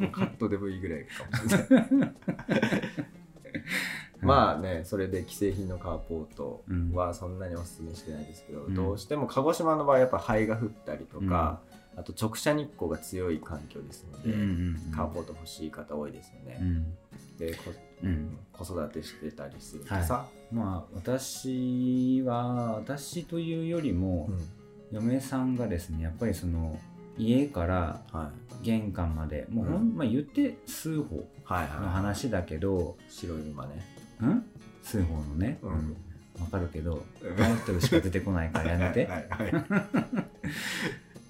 Speaker 1: もうカットでもいいぐらいかもしれない
Speaker 2: <laughs>
Speaker 1: まあねそれで既製品のカーポートはそんなにおすすめしてないですけど、
Speaker 2: うん
Speaker 1: どうしても鹿児島の場合やっぱ灰が降ったりとか、あと直射日光が強い環境ですの
Speaker 2: う
Speaker 1: で、
Speaker 2: んうんうん、
Speaker 1: カーポート欲しい方多いですよね、
Speaker 2: うん
Speaker 1: でこ
Speaker 2: うん
Speaker 1: 子育てしてたりするとさ、
Speaker 2: まあ私は私というよりも、
Speaker 1: うん
Speaker 2: 嫁さんがですねやっぱりその家から
Speaker 1: はい
Speaker 2: 玄関までもうほ
Speaker 1: う
Speaker 2: ん、まあ、言って数歩
Speaker 1: はい
Speaker 2: の
Speaker 1: は
Speaker 2: 話だけど、
Speaker 1: い白い馬ね
Speaker 2: うん、数歩のね、
Speaker 1: う
Speaker 2: うんん、わかるけど
Speaker 1: うん
Speaker 2: タイトルしか出てこないからやめて
Speaker 1: <laughs> はいはいはい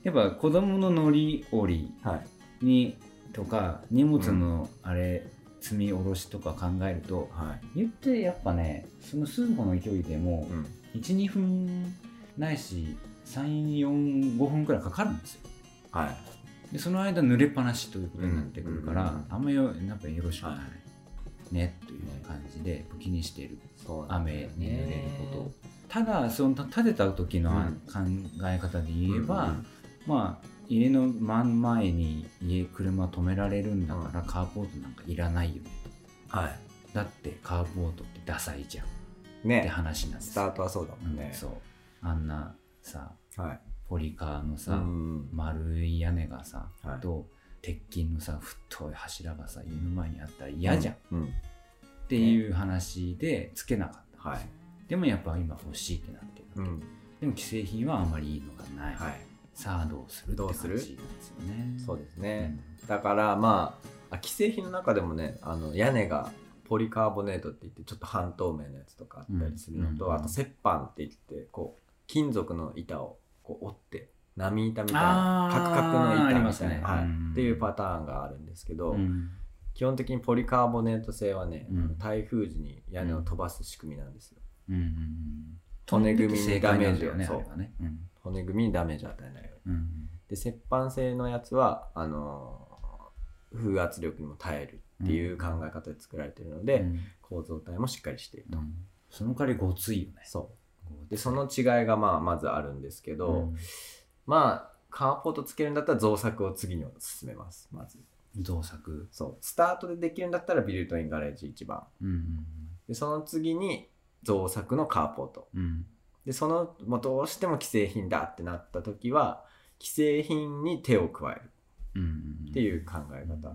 Speaker 2: やっぱ子供の乗り降り
Speaker 1: はい
Speaker 2: にとか荷物のあれ、積み下ろしとか考えると
Speaker 1: はい
Speaker 2: 言ってやっぱねその数歩の距離でも
Speaker 1: うん
Speaker 2: 12分ないし345分くらいかかるんですよ
Speaker 1: はい
Speaker 2: でその間濡れっぱなしということになってくるから、
Speaker 1: うんうんうんうん
Speaker 2: あんまりよやっぱよろしくない、
Speaker 1: は
Speaker 2: ねという感じで気にしている
Speaker 1: そうなんだよね
Speaker 2: 雨に濡れることをただそのた建てた時のあ考え方で言え
Speaker 1: う
Speaker 2: ば、
Speaker 1: ん
Speaker 2: まあ家の真ん前に家車止められるんだからカーポートなんかいらないよね
Speaker 1: はい
Speaker 2: だってカーポートってダサいじゃんって
Speaker 1: ね
Speaker 2: 話なんです
Speaker 1: スタートはそうだもん
Speaker 2: うん
Speaker 1: ね、
Speaker 2: そうあんなさ
Speaker 1: はい
Speaker 2: ポリカーのさ、
Speaker 1: うん
Speaker 2: 丸い屋根がさ、
Speaker 1: はい
Speaker 2: と鉄筋のさ太い柱がさ家の前にあったら嫌じゃんっ
Speaker 1: うん
Speaker 2: ていう話でつけなかった、
Speaker 1: はい
Speaker 2: でもやっぱ今欲しいってなってる、
Speaker 1: うん
Speaker 2: でも既製品はあまりいいのがない、
Speaker 1: はい
Speaker 2: さあどうするって
Speaker 1: どう
Speaker 2: 感
Speaker 1: す
Speaker 2: じ
Speaker 1: る
Speaker 2: なんですよね
Speaker 1: そうですね、
Speaker 2: う
Speaker 1: だからまああ既製品の中でもねあの屋根がポリカーボネートって言ってちょっと半透明のやつとかあったりするのと、
Speaker 2: うん
Speaker 1: あと折板って言ってこう金属の板をこう折って波板みたい
Speaker 2: あ
Speaker 1: な
Speaker 2: ー
Speaker 1: カクカクの
Speaker 2: あ
Speaker 1: 板
Speaker 2: り
Speaker 1: み
Speaker 2: ます
Speaker 1: たいな、
Speaker 2: ね
Speaker 1: はい
Speaker 2: うん
Speaker 1: っていうパターンがあるんですけど、
Speaker 2: んうん
Speaker 1: 基本的にポリカーボネート製はね、
Speaker 2: うん
Speaker 1: 台風時に屋根を飛ばす仕組みなんですよ、
Speaker 2: うんうん
Speaker 1: 骨組みにダメージを
Speaker 2: 飛んでて正解なんだよね
Speaker 1: そう
Speaker 2: あれはねうん
Speaker 1: 骨組みにダメージを与えないように
Speaker 2: うん
Speaker 1: で折半性のやつはあのー風圧力にも耐えるっていう考え方で作られているので、
Speaker 2: うん
Speaker 1: 構造体もしっかりしている
Speaker 2: う
Speaker 1: と、
Speaker 2: んその代わりごついよね
Speaker 1: そうでその違いがまあまずあるんですけど、まあカーポートつけるんだったら造作を次にお勧めますまず
Speaker 2: うん造作
Speaker 1: そうスタートでできるんだったらビルトインガレージ1番
Speaker 2: うん
Speaker 1: でその次に造作のカーポート
Speaker 2: うんうん
Speaker 1: でそのもうどうしても既製品だってなった時は既製品に手を加える
Speaker 2: うんうん
Speaker 1: っていう考え方、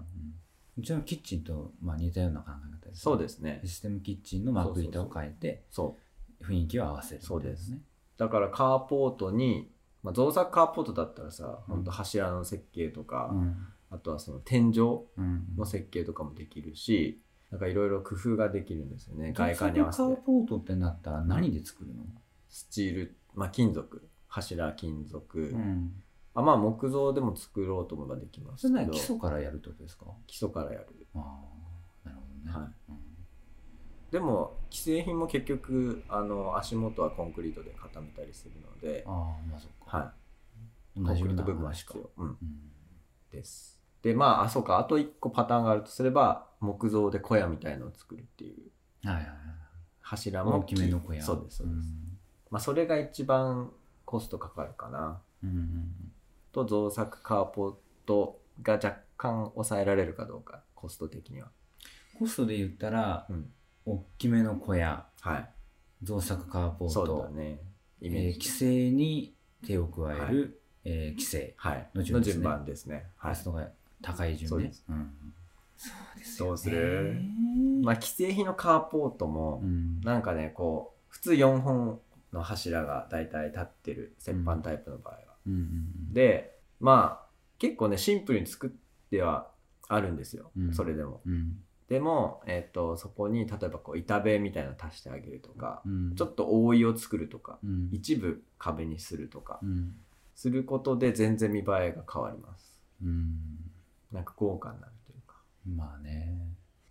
Speaker 2: うちのキッチンと、まあ、似たような考え方です、
Speaker 1: そうですね
Speaker 2: システムキッチンの幕板を変えて
Speaker 1: そう
Speaker 2: 雰囲気を合わせる
Speaker 1: そうです
Speaker 2: ね
Speaker 1: だからカーポートに、まあ、造作カーポートだったらさ、
Speaker 2: うん
Speaker 1: ほんと柱の設計とか、
Speaker 2: うん
Speaker 1: あとはその天井
Speaker 2: うん
Speaker 1: の設計とかもできるし、なんかいろいろ工夫ができるんですよね、外観に合わせ
Speaker 2: カー
Speaker 1: て。
Speaker 2: ポートってなったら何で作るの、
Speaker 1: スチール、まあ、金属、柱、金属、
Speaker 2: ん、
Speaker 1: あまあ木造でも作ろうと思えばできます
Speaker 2: それな
Speaker 1: け
Speaker 2: ら
Speaker 1: ど、
Speaker 2: 基礎からやるってことですか
Speaker 1: 基礎からやる。
Speaker 2: ああなるほどね、
Speaker 1: はでも、既製品も結局、あの足元はコンクリートで固めたりするので、
Speaker 2: うん、ああまあそっか、、
Speaker 1: はいい、コンクリート部分は必
Speaker 2: か、
Speaker 1: 要。うん
Speaker 2: うん、
Speaker 1: です。で、まあ、あ、そうか、あと一個パターンがあるとすれば、木造で小屋みたいのを作るっていう。
Speaker 2: はいはいはい
Speaker 1: 柱も
Speaker 2: 大きめの小屋
Speaker 1: そうです、そうです。まあ、それが一番コストかかるかな。
Speaker 2: うんうんうん
Speaker 1: と、造作カーポットが若干抑えられるかどうか、コスト的には。
Speaker 2: コストで言ったら
Speaker 1: うん。
Speaker 2: 大きめの小屋
Speaker 1: はい。
Speaker 2: 造作カーポー
Speaker 1: そう
Speaker 2: ト
Speaker 1: だね。イメ
Speaker 2: え
Speaker 1: ー
Speaker 2: ー
Speaker 1: ジ。
Speaker 2: 規制に手を加える、えー規制
Speaker 1: はい。
Speaker 2: の
Speaker 1: の順
Speaker 2: 順ですね
Speaker 1: 番ですね。は
Speaker 2: コ
Speaker 1: い
Speaker 2: ス。トが高い順
Speaker 1: そう
Speaker 2: ね
Speaker 1: です
Speaker 2: うんそうですよね
Speaker 1: どうするまあ、既製品のカーポートも
Speaker 2: う、ん
Speaker 1: なんかね、こう、普通4本の柱が大体立ってる折半タイプの場合は。
Speaker 2: うんうん
Speaker 1: でまあ結構ねシンプルに作ってはあるんですよ、
Speaker 2: うん
Speaker 1: それでも
Speaker 2: うん
Speaker 1: でも、えっとそこに例えばこう板塀みたいなの足してあげるとか、
Speaker 2: うん
Speaker 1: ちょっと覆いを作るとか、
Speaker 2: うん
Speaker 1: 一部壁にするとか、
Speaker 2: うん
Speaker 1: することで全然見栄えが変わります
Speaker 2: うん
Speaker 1: なんか豪華になるというか
Speaker 2: まあね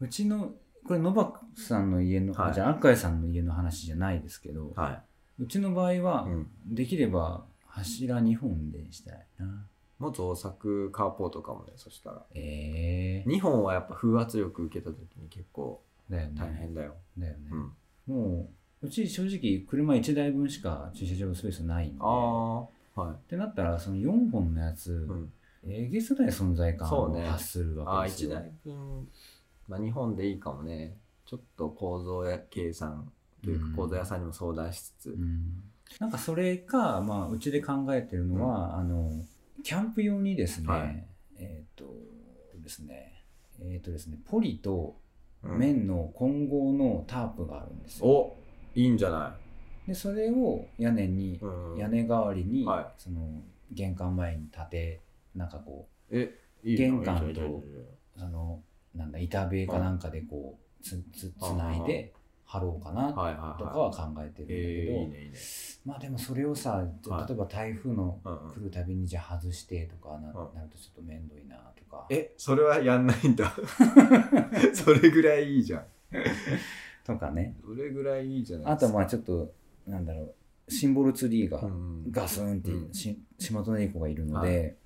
Speaker 2: うちのこれノバクさんの家の、
Speaker 1: はい
Speaker 2: じゃあアッカイさんの家の話じゃないですけど、
Speaker 1: は
Speaker 2: うちの場合は、
Speaker 1: い、うん、
Speaker 2: できれば柱2本でしたいな
Speaker 1: もう造作カーポートかもねそしたら
Speaker 2: ええ
Speaker 1: 2本はやっぱ風圧力受けた時に結構
Speaker 2: だよね
Speaker 1: 大変だよ、
Speaker 2: だよね、
Speaker 1: うん、
Speaker 2: もう、うち正直車1台分しか駐車場スペースないんで。っ
Speaker 1: ああはい、
Speaker 2: てなったら、その4本のやつ、
Speaker 1: うん、
Speaker 2: えげつない存在感
Speaker 1: そう
Speaker 2: を
Speaker 1: ね
Speaker 2: 発する
Speaker 1: あ
Speaker 2: わ
Speaker 1: あ、
Speaker 2: けです
Speaker 1: 1
Speaker 2: よ。
Speaker 1: 台分、まあ、日本でいいかもね。ちょっと構造や計算という
Speaker 2: うん
Speaker 1: か、構造屋さんにも相談しつつ、
Speaker 2: うんなんかそれか、まあ、うちで考えてるのは、あの、キャンプ用にですね、
Speaker 1: はい
Speaker 2: えっ、と、そうですね、えっ、とですね、ポリと
Speaker 1: うん
Speaker 2: 綿の混合のタープがあるんですよ。
Speaker 1: おいいんじゃな
Speaker 2: で、それを屋根に
Speaker 1: い、うん、
Speaker 2: 屋根代わりに、
Speaker 1: は
Speaker 2: その玄関前に立てなんかこ
Speaker 1: え、いいじゃん
Speaker 2: 玄関
Speaker 1: いいじゃんいいじゃんいいじ
Speaker 2: うそのなんだ板塀かなんかでこうつつつないで貼ろうかな
Speaker 1: ゃんはいはいはい。
Speaker 2: とかは考えてるんだけど、
Speaker 1: えー、いいねいいね。
Speaker 2: まあでもそれをさ
Speaker 1: はい
Speaker 2: 例えば台風の
Speaker 1: うんうん <laughs>
Speaker 2: 来るたびにじゃあ外してとかな,、
Speaker 1: うん
Speaker 2: なるとちょっと面倒いなとか
Speaker 1: え、それはやんないん <laughs> だ。それぐらいいいじゃん。
Speaker 2: とかね
Speaker 1: それぐらいいいじゃない
Speaker 2: あとはまあちょっとなんだろうシンボルツリーが
Speaker 1: うん、
Speaker 2: ガスンって
Speaker 1: うん
Speaker 2: し島と猫がいるので、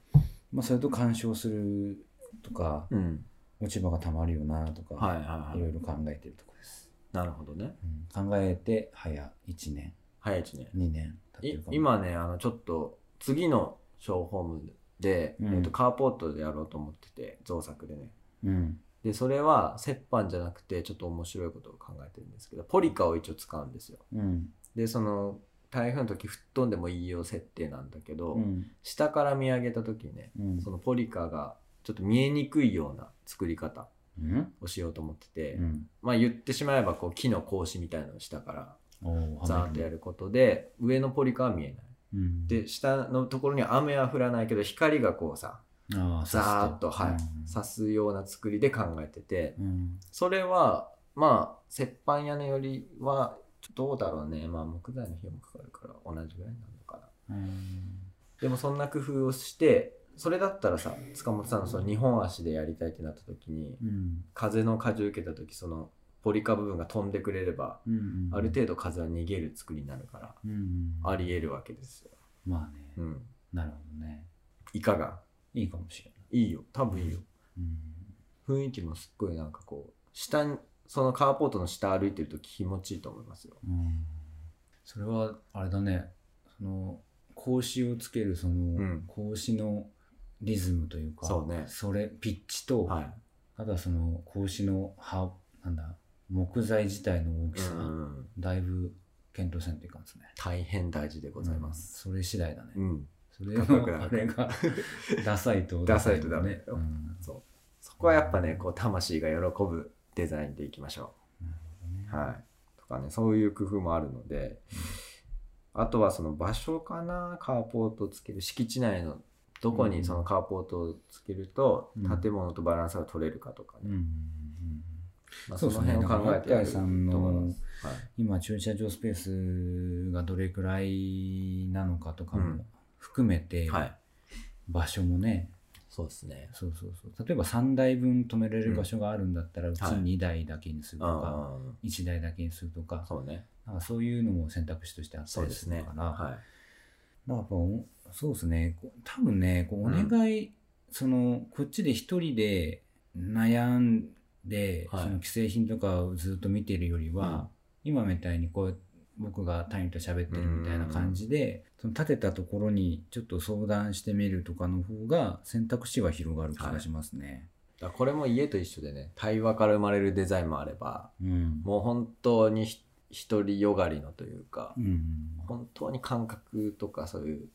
Speaker 2: まあ、それと干渉するとか
Speaker 1: うん。
Speaker 2: 落ち葉がたまるよなとか、
Speaker 1: はいはい
Speaker 2: い
Speaker 1: は
Speaker 2: ろ
Speaker 1: い。
Speaker 2: いろ考えてるとこです、
Speaker 1: なるほどね。
Speaker 2: 考えて早1年
Speaker 1: 早い1年。
Speaker 2: 2年経っ
Speaker 1: い
Speaker 2: てるかも
Speaker 1: 今ねあのちょっと次のショーホームで、
Speaker 2: うん
Speaker 1: えっとカーポートでやろうと思ってて造作でね
Speaker 2: うん
Speaker 1: でそれは折半じゃなくてちょっと面白いことを考えてるんですけどポリカを一応使うんですよ
Speaker 2: うん。
Speaker 1: でその台風の時吹っ飛んでもいいよ設定なんだけど、
Speaker 2: うん。
Speaker 1: 下から見上げた時にね
Speaker 2: うん
Speaker 1: そのポリカがちょっと見えにくいような作り方
Speaker 2: うん。
Speaker 1: をしようと思ってて、
Speaker 2: うん。
Speaker 1: まあ言ってしまえばこう木の格子みたいなのを下から
Speaker 2: おー
Speaker 1: ザーッとやることで上のポリカは見えない
Speaker 2: うん、
Speaker 1: で下のところには雨は降らないけど光がこうさ
Speaker 2: ああ、
Speaker 1: ザーッと、
Speaker 2: さ
Speaker 1: はい
Speaker 2: うん
Speaker 1: 刺すような作りで考えてて
Speaker 2: うん。
Speaker 1: それはまあ折半屋根よりはどうだろうねまあ木材の費用もかかるから同じぐらいになるのかな
Speaker 2: うん
Speaker 1: でもそんな工夫をしてそれだったらさ塚本さんのその2本足でやりたいってなった時に
Speaker 2: うん。
Speaker 1: 風の荷重受けた時そのポリカ部分が飛んでくれれば
Speaker 2: うん。
Speaker 1: ある程度風は逃げる作りになるから
Speaker 2: 度、うん。
Speaker 1: ありえるわけですよ、
Speaker 2: まあね、
Speaker 1: うん、
Speaker 2: なるほどね。
Speaker 1: いかが
Speaker 2: いいかもしれない。
Speaker 1: いいよ多分いいよ
Speaker 2: うん。
Speaker 1: 雰囲気もすっごいなんかこう下にそのカーポートの下歩いてると気持ちいいと思いますよ
Speaker 2: うん、それは、あれだね、その、格子をつける、その、
Speaker 1: ん
Speaker 2: 格子のリズムというか、
Speaker 1: そうね
Speaker 2: それ、ピッチと、
Speaker 1: はい
Speaker 2: あとはその、格子の葉、なんだ、木材自体の大き
Speaker 1: う
Speaker 2: さ、
Speaker 1: ん
Speaker 2: だいぶ検討せんといかんですね。
Speaker 1: 大変大事でございます、
Speaker 2: うん。それ次第だね。
Speaker 1: うん
Speaker 2: それ
Speaker 1: かっこよくな
Speaker 2: の
Speaker 1: る
Speaker 2: あれが
Speaker 1: <laughs>
Speaker 2: ダサいと
Speaker 1: ダサいとダメ
Speaker 2: ダサいのねうん
Speaker 1: そうそこはやっぱねこう魂が喜ぶデザインでいきましょう、はいとかねそういう工夫もあるのであとはその場所かなカーポートをつける敷地内のどこにそのカーポートをつけると
Speaker 2: うん
Speaker 1: 建物とバランスが取れるかとかね、
Speaker 2: うんうんうん
Speaker 1: まあ、
Speaker 2: そ
Speaker 1: そうの
Speaker 2: ですね
Speaker 1: 辺を考えてやると思います、はい、
Speaker 2: 今駐車場スペースがどれくらいなのかとかも含めて、
Speaker 1: はい、
Speaker 2: 場所もね
Speaker 1: そうですね。
Speaker 2: そうそうそう例えば3台分止めれる場所があるんだったら、うち
Speaker 1: はい
Speaker 2: 2台だけにするとか、
Speaker 1: あ
Speaker 2: 一1台だけにすると
Speaker 1: あ、
Speaker 2: か
Speaker 1: そうね。
Speaker 2: なんかそういうのも選択肢としてあった
Speaker 1: そう
Speaker 2: り
Speaker 1: ですす
Speaker 2: る
Speaker 1: ね。
Speaker 2: から、
Speaker 1: は
Speaker 2: だからやっぱおそうですねこう多分ねこうお願い、そのこっちで一人で悩んで、
Speaker 1: はい
Speaker 2: その既製品とかをずっと見てるよりは、今みたいにこう僕が谷と喋ってるみたいな感じで、その立てたところにちょっと相談してみるとかの方が選択肢は広がる気がしますね。
Speaker 1: い。だからこれも家と一緒でね、対話から生まれるデザインもあれば、
Speaker 2: うん、
Speaker 1: もう本当にひ独りよがりのというか、
Speaker 2: うん
Speaker 1: 本当に感覚とかそういう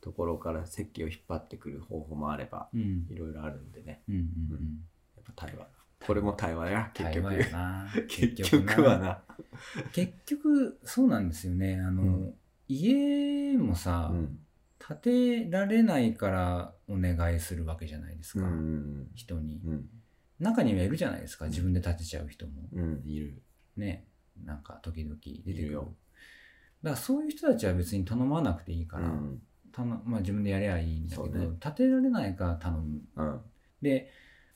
Speaker 1: ところから設計を引っ張ってくる方法もあれば、
Speaker 2: うんうん
Speaker 1: いろいろあるんでね、
Speaker 2: うんうん
Speaker 1: やっぱ対話。これも対話や、結
Speaker 2: 対話
Speaker 1: 局
Speaker 2: や。な
Speaker 1: <laughs> 結局はな。
Speaker 2: 結局そうなんですよねあの、
Speaker 1: うん
Speaker 2: 家もさ、
Speaker 1: うん。
Speaker 2: 建てられないからお願いするわけじゃないです
Speaker 1: う
Speaker 2: か、
Speaker 1: ん。
Speaker 2: 人に
Speaker 1: うん。
Speaker 2: 中にはいるじゃないですか自分で建てちゃう人も
Speaker 1: うん。いる。
Speaker 2: ねなんか時々出てくる
Speaker 1: いるよ
Speaker 2: だからそういう人たちは別に頼まなくていいか
Speaker 1: う
Speaker 2: ら、
Speaker 1: ん。
Speaker 2: 頼まあ、自分でやればいいんだけど、
Speaker 1: そうね
Speaker 2: 建てられないから頼む
Speaker 1: うん。
Speaker 2: で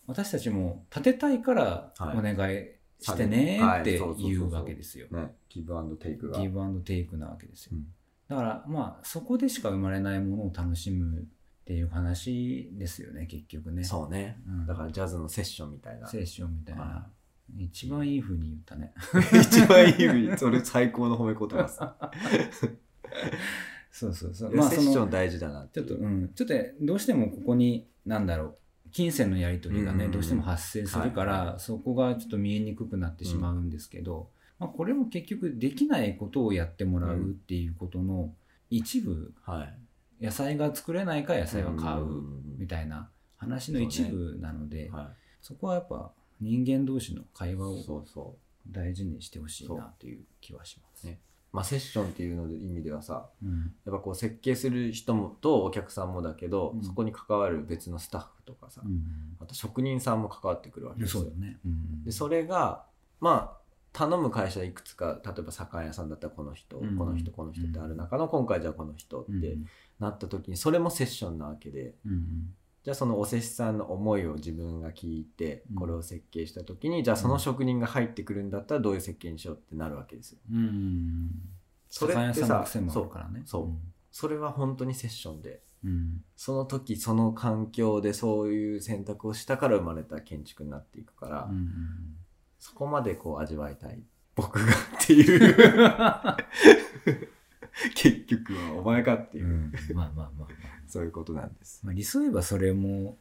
Speaker 2: 私たちも建てたいから
Speaker 1: はい
Speaker 2: お願いしてね
Speaker 1: はい
Speaker 2: って
Speaker 1: そうそうそうそう
Speaker 2: 言うわけですよ、
Speaker 1: ね、ギブアンドテイクが。
Speaker 2: ギブアンドテイクなわけですよ、
Speaker 1: うん
Speaker 2: だからまあそこでしか生まれないものを楽しむっていう話ですよね結局ね
Speaker 1: そうね。
Speaker 2: う、ん、
Speaker 1: だからジャズのセッションみたいな。
Speaker 2: 青春みたいな、
Speaker 1: は
Speaker 2: 一番いい風に言ったね <laughs>
Speaker 1: 一番いい意味、それ最高の褒め言葉です。
Speaker 2: そうそうそ
Speaker 1: い
Speaker 2: う
Speaker 1: や
Speaker 2: まあ
Speaker 1: セ
Speaker 2: そ
Speaker 1: ッショ
Speaker 2: の
Speaker 1: ン大事だなっ
Speaker 2: ち
Speaker 1: てい
Speaker 2: ょ
Speaker 1: う。
Speaker 2: っとうんちょっとどうしてもここになんだろう金銭のやり取りが
Speaker 1: うんうん
Speaker 2: ね
Speaker 1: うん
Speaker 2: どうしても発生するから、
Speaker 1: はい
Speaker 2: そこがちょっと見えにくくなってしまうんですけど、まあ、これも結局できないことをやってもらうっていうことの一部
Speaker 1: はい。
Speaker 2: 野菜が作れないから野菜は買う、み
Speaker 1: ん
Speaker 2: たいな話の一部なので、そ,、
Speaker 1: は
Speaker 2: こはやっぱ人間同士の会
Speaker 1: い。
Speaker 2: 話を
Speaker 1: そうそ
Speaker 2: 大事にしてほしいなという気はします。
Speaker 1: ねう。まあセッションっていうので意味ではさ、
Speaker 2: うん
Speaker 1: やっぱこう設計する人もとお客さんもだけど、
Speaker 2: うん
Speaker 1: そこに関わる別のスタッフとかさ、あと職人さんも関わってくるわけ
Speaker 2: うん
Speaker 1: です
Speaker 2: そう
Speaker 1: よ
Speaker 2: だ。よね。うん
Speaker 1: でそれがまあ頼む会社いくつか例えば酒屋さんだったらこの人、
Speaker 2: うん
Speaker 1: この人この人ってある中の今回じゃあこの人って、
Speaker 2: うん
Speaker 1: なった時にそれもセッションなわけで
Speaker 2: うん
Speaker 1: じゃあそのお施主さんの思いを自分が聞いて
Speaker 2: うん
Speaker 1: これを設計した時に、じゃあその職人が入ってくるんだったらどういう設計にしようってなるわけですよ。
Speaker 2: うんうん、
Speaker 1: それって
Speaker 2: 酒屋さんの
Speaker 1: さ
Speaker 2: 癖もあ
Speaker 1: そ
Speaker 2: る
Speaker 1: う
Speaker 2: からね。
Speaker 1: そうそれは本当にセッションで
Speaker 2: うん
Speaker 1: その時その環境でそういう選択をしたから生まれた建築になっていくから、
Speaker 2: うんうん
Speaker 1: そこまでこう味わいたい僕がって <laughs> いう結局はお前かって
Speaker 2: う
Speaker 1: いう、
Speaker 2: んまあまあまあまあ、
Speaker 1: そういうことなんです。
Speaker 2: まあ、理想言えばそれも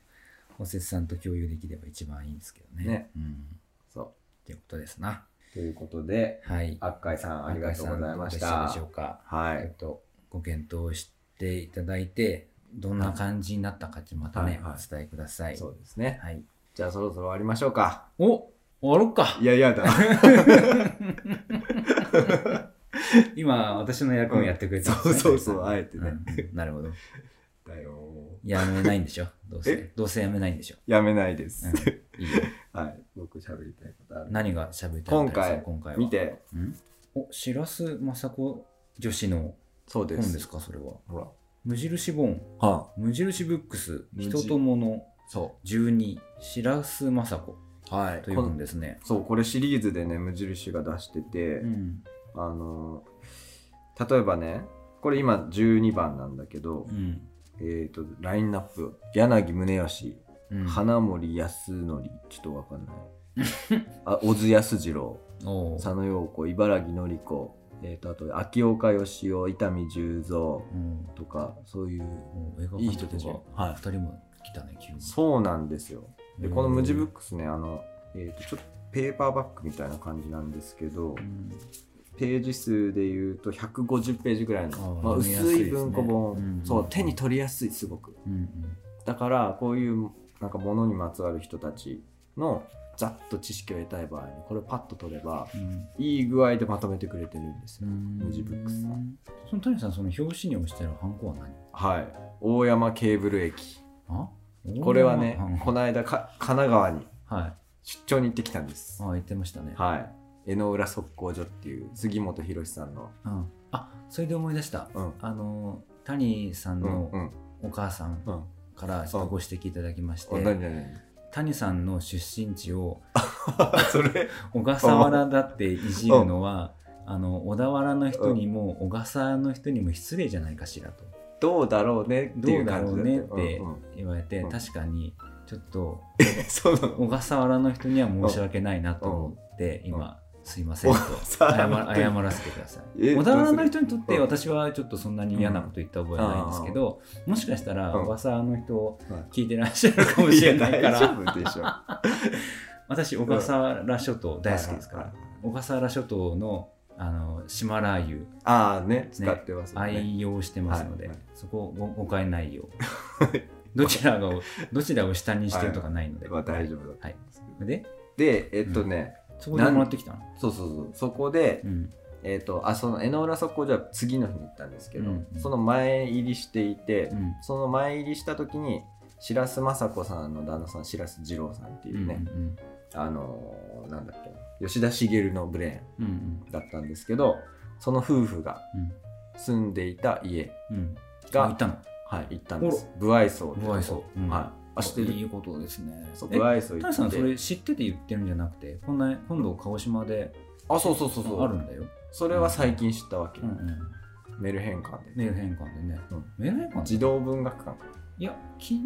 Speaker 2: おせつさんと共有できれば一番いいんですけどね。
Speaker 1: ね
Speaker 2: うん。
Speaker 1: そ
Speaker 2: ということですな。
Speaker 1: う。ということで、
Speaker 2: はい。
Speaker 1: あっかいさんありがとうございまし
Speaker 2: 赤井さんど
Speaker 1: た
Speaker 2: うでし。たでしょうか。
Speaker 1: は
Speaker 2: えっ
Speaker 1: い。
Speaker 2: と、ご検討していただいて、どんな感じになったかってまた
Speaker 1: は
Speaker 2: ね、
Speaker 1: いはい
Speaker 2: お伝えください。
Speaker 1: そうですね。
Speaker 2: はい。
Speaker 1: じゃあそろそろ終わりましょうか。
Speaker 2: お終わろっか
Speaker 1: いやい <laughs> やだ。
Speaker 2: 今、私の役もやってくれた、
Speaker 1: そうそう <laughs>
Speaker 2: <laughs>
Speaker 1: そう、あえて
Speaker 2: うんう
Speaker 1: ね。
Speaker 2: んなるほど。
Speaker 1: だよ
Speaker 2: やめないんでしょどうせ
Speaker 1: <laughs> え。
Speaker 2: どうせやめないんでしょ、
Speaker 1: ー。やめないです。 <laughs>
Speaker 2: うん、いいよ。
Speaker 1: はい。僕喋りたいことある。
Speaker 2: 何が喋りたい
Speaker 1: 今
Speaker 2: の
Speaker 1: 回
Speaker 2: 今回は。
Speaker 1: 見。て。
Speaker 2: んお、白洲雅子女子の
Speaker 1: そうで。
Speaker 2: 本ですすかそれは。
Speaker 1: ほら。
Speaker 2: 無印本。
Speaker 1: は
Speaker 2: 無印ブックス、
Speaker 1: 無印
Speaker 2: 人と物
Speaker 1: そ
Speaker 2: 12、白洲雅子
Speaker 1: う。はい
Speaker 2: という本ですね。
Speaker 1: そう、これシリーズでね、無印が出してて、
Speaker 2: うん。
Speaker 1: あのー、例えばね、これ今12番なんだけど
Speaker 2: う、ん。
Speaker 1: えっ、と、ラインナップ、柳宗悦、
Speaker 2: うん
Speaker 1: 花森康則、ちょっとわかんない。 <laughs> あ小津安二郎、
Speaker 2: おう
Speaker 1: 佐野陽子、茨城紀子、えー、とあと秋岡義雄、伊丹十三
Speaker 2: うん
Speaker 1: とか、そういう
Speaker 2: おう映画
Speaker 1: いい
Speaker 2: 監
Speaker 1: 人
Speaker 2: 督
Speaker 1: たち
Speaker 2: が
Speaker 1: が。
Speaker 2: 二人も来たね、急に。
Speaker 1: そうなんですよ。で、
Speaker 2: うん
Speaker 1: この無地ブックスね、あの、えー、とちょっとペーパーバッグみたいな感じなんですけど、
Speaker 2: うん
Speaker 1: ページ数でいうと150ページぐらい
Speaker 2: あ
Speaker 1: の
Speaker 2: ー、
Speaker 1: まあ、
Speaker 2: 読みやす
Speaker 1: 薄
Speaker 2: い
Speaker 1: い
Speaker 2: ですね
Speaker 1: 文庫本、
Speaker 2: うん
Speaker 1: そう手に取りやすいすごく
Speaker 2: うんうん
Speaker 1: だからこういうなんか物にまつわる人たちのざっと知識を得たい場合にこれパッと取れば
Speaker 2: うん
Speaker 1: いい具合でまとめてくれてるんです
Speaker 2: う
Speaker 1: よ、
Speaker 2: ん
Speaker 1: 無地ブックスさ
Speaker 2: その谷さん、その表紙に押してあるハンコは何
Speaker 1: はい大山ケーブル駅
Speaker 2: あ
Speaker 1: これはね
Speaker 2: 大山ハ
Speaker 1: こ
Speaker 2: ン
Speaker 1: の間か神奈川に
Speaker 2: コはい。
Speaker 1: 出張に行ってきたんです
Speaker 2: ああ、言ってましたね。
Speaker 1: はい江ノ浦測候所っていう杉本博さんの
Speaker 2: うんあ、それで思い出した。
Speaker 1: うん
Speaker 2: あの、谷さん
Speaker 1: うん
Speaker 2: の
Speaker 1: うん
Speaker 2: お母さん
Speaker 1: うん
Speaker 2: からちょっとご指摘いただきまし
Speaker 1: お何
Speaker 2: て、
Speaker 1: 何
Speaker 2: <laughs> 谷さんの出身地を
Speaker 1: 何それ
Speaker 2: 小笠原だっていじるのは、あの小田原の人にも小笠原の人にも失礼じゃないかしらと
Speaker 1: どうだろうねってい
Speaker 2: どう
Speaker 1: う
Speaker 2: だ
Speaker 1: 感
Speaker 2: ろ
Speaker 1: じだ
Speaker 2: うねっ
Speaker 1: よ
Speaker 2: て
Speaker 1: うんうん
Speaker 2: 言われて、
Speaker 1: うん
Speaker 2: 確かにちょっと <laughs>
Speaker 1: そうなの
Speaker 2: 小笠原の人には申し訳ないなと思って、
Speaker 1: ん
Speaker 2: 今すいませんと
Speaker 1: 小笠原
Speaker 2: 謝
Speaker 1: の人
Speaker 2: ら謝らせてくださ
Speaker 1: え
Speaker 2: い小田原の
Speaker 1: どうす
Speaker 2: 人にとって
Speaker 1: うん
Speaker 2: 私はちょっとそんなに嫌なこと言った覚えはないんですけど、もしかしたら
Speaker 1: うん
Speaker 2: 小笠原の人
Speaker 1: はい
Speaker 2: 聞いてらっしゃるかもしれないか
Speaker 1: や大
Speaker 2: ら
Speaker 1: 丈夫でしょ
Speaker 2: 私小笠原諸島 <laughs> 大好きですか
Speaker 1: は
Speaker 2: ら
Speaker 1: いはいはい
Speaker 2: 小笠原諸島のあの島ラー油
Speaker 1: ああね使ってますよね
Speaker 2: 愛用してますので、
Speaker 1: はいはい
Speaker 2: そこをご誤解ないようどちらがどちらを下にしてるとかないので、
Speaker 1: まあ大丈夫だと
Speaker 2: はい
Speaker 1: 思うんですけど
Speaker 2: で
Speaker 1: でえっとね、
Speaker 2: そこでもらってきたの
Speaker 1: そうそうそうそこで、
Speaker 2: うん
Speaker 1: えっとあその江ノ浦測候所は次の日に行ったんですけど、
Speaker 2: うん
Speaker 1: その前入りしていて、
Speaker 2: うん
Speaker 1: その前入りした時に白洲雅子さんの旦那さん白洲二郎さんっていうね、
Speaker 2: うん
Speaker 1: あのーなんだっけな吉田茂のブレ
Speaker 2: うんうん
Speaker 1: ーンだったんですけどその夫婦が
Speaker 2: うん
Speaker 1: 住んでいた家
Speaker 2: うんうんあ
Speaker 1: が
Speaker 2: いたの
Speaker 1: はい、行ったんです。不愛想。
Speaker 2: 不愛想うん
Speaker 1: はい。あ、知ってる。
Speaker 2: いことですね
Speaker 1: そう、
Speaker 2: え
Speaker 1: 不愛想行
Speaker 2: 谷さ
Speaker 1: っ
Speaker 2: んそ
Speaker 1: て。
Speaker 2: れ知ってて言ってるんじゃなくてこんな今度鹿児島で
Speaker 1: あ、そうそうそうそう。
Speaker 2: あるんだよ、
Speaker 1: それは最近知ったわけ。
Speaker 2: うんうん、
Speaker 1: メール変換で。
Speaker 2: メール変換でね、
Speaker 1: うん
Speaker 2: メール変換
Speaker 1: 児
Speaker 2: で
Speaker 1: 童文学館
Speaker 2: いや近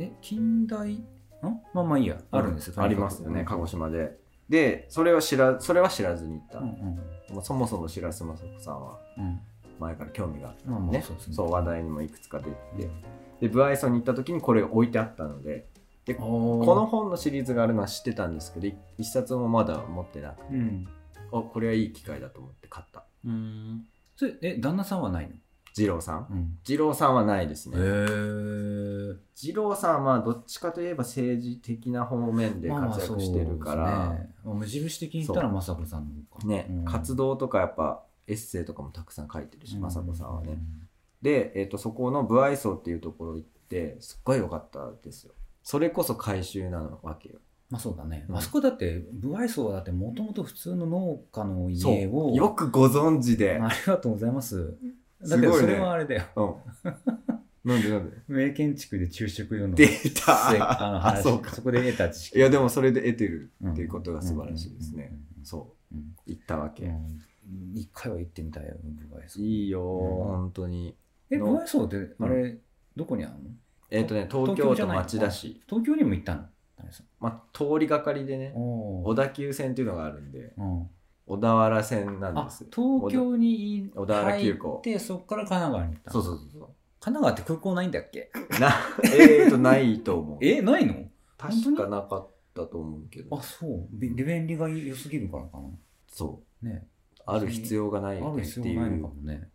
Speaker 2: え近代んまあまあいいやあるんですよ、
Speaker 1: ありますよね、
Speaker 2: と
Speaker 1: 鹿
Speaker 2: に
Speaker 1: 児
Speaker 2: かく
Speaker 1: 島で。で、それは知ら、それは知らずに行った。
Speaker 2: うんうん
Speaker 1: まあそもそも白洲雅子さんは
Speaker 2: うん
Speaker 1: 前から興味があった
Speaker 2: まあまあ、
Speaker 1: ね。
Speaker 2: そうですね。
Speaker 1: そう、話題にもいくつか出てて。で、不愛想に行った時にこれ置いてあったので、
Speaker 2: こ
Speaker 1: この、本のシリーズがあるのは知ってたんですけど、い一冊もまだ持ってなくて、
Speaker 2: うん。
Speaker 1: あ、これはいい機会だと思って買った。
Speaker 2: うん。それ、え、旦那さんはないの
Speaker 1: 二郎さん
Speaker 2: うん。
Speaker 1: 二郎さんはないです
Speaker 2: へ
Speaker 1: ね。
Speaker 2: ー。
Speaker 1: 二郎さんはまあどっちかといえば政治的な方面で
Speaker 2: まあまあ
Speaker 1: 活躍してるから、
Speaker 2: そうですねまあ無印的に言ったら雅子さんの方か。
Speaker 1: ね
Speaker 2: うん
Speaker 1: 活動とかやっぱエッセイとかもたくさん書いてるし、雅子さんはね。。で、えっとそこの不愛想っていうところ行ってすっごい良かったですよ。それこそ回収なわけよ。
Speaker 2: まあそうだね。
Speaker 1: うん
Speaker 2: あそこだって、不愛想だって、もともと普通の農家の
Speaker 1: そ
Speaker 2: 家を。
Speaker 1: うよくご存知で。
Speaker 2: ありがとうございます。だ
Speaker 1: す
Speaker 2: けど、
Speaker 1: ごい
Speaker 2: そ
Speaker 1: ね
Speaker 2: れはあれだよ。
Speaker 1: うん。 <laughs> なんで
Speaker 2: <laughs>
Speaker 1: なんで
Speaker 2: 名建築で昼食用の。
Speaker 1: 出
Speaker 2: せ
Speaker 1: た
Speaker 2: あの
Speaker 1: あ
Speaker 2: 話
Speaker 1: そうか
Speaker 2: そこで得た知識。
Speaker 1: いやでもそれで得てる
Speaker 2: うん
Speaker 1: っていうことが素晴らしいですね。
Speaker 2: うん
Speaker 1: そ
Speaker 2: うんうん
Speaker 1: う行ったわけ。
Speaker 2: うん一回は行ってみたいよ、ブガイソー。
Speaker 1: いいよ、
Speaker 2: うん
Speaker 1: 本当に。
Speaker 2: え、
Speaker 1: の
Speaker 2: ブガイソーって、あれ、どこにあるの
Speaker 1: えっ、とね東
Speaker 2: 東京
Speaker 1: 京
Speaker 2: じゃ
Speaker 1: 都
Speaker 2: ない
Speaker 1: 町田市。
Speaker 2: 東京にも行ったの谷さん
Speaker 1: まあ、通りがかりでね
Speaker 2: お
Speaker 1: 小
Speaker 2: ー
Speaker 1: 田急線っていうのがあるんで
Speaker 2: うん
Speaker 1: 小田原線なん
Speaker 2: あ
Speaker 1: です
Speaker 2: 東京に
Speaker 1: 小田原急行
Speaker 2: 入ってそこから神奈川に行った
Speaker 1: そうそううそうそう
Speaker 2: 神奈川って空港ないんだっけ <laughs>
Speaker 1: なえーと、ないと思う。
Speaker 2: え、ないの
Speaker 1: 確かなかったと思うけど
Speaker 2: あ、。そう。び利便利が良すぎるからかな。
Speaker 1: そう。
Speaker 2: ね。
Speaker 1: ある必要がない
Speaker 2: ある
Speaker 1: って
Speaker 2: 必
Speaker 1: い
Speaker 2: 要ないの
Speaker 1: う
Speaker 2: か、もね。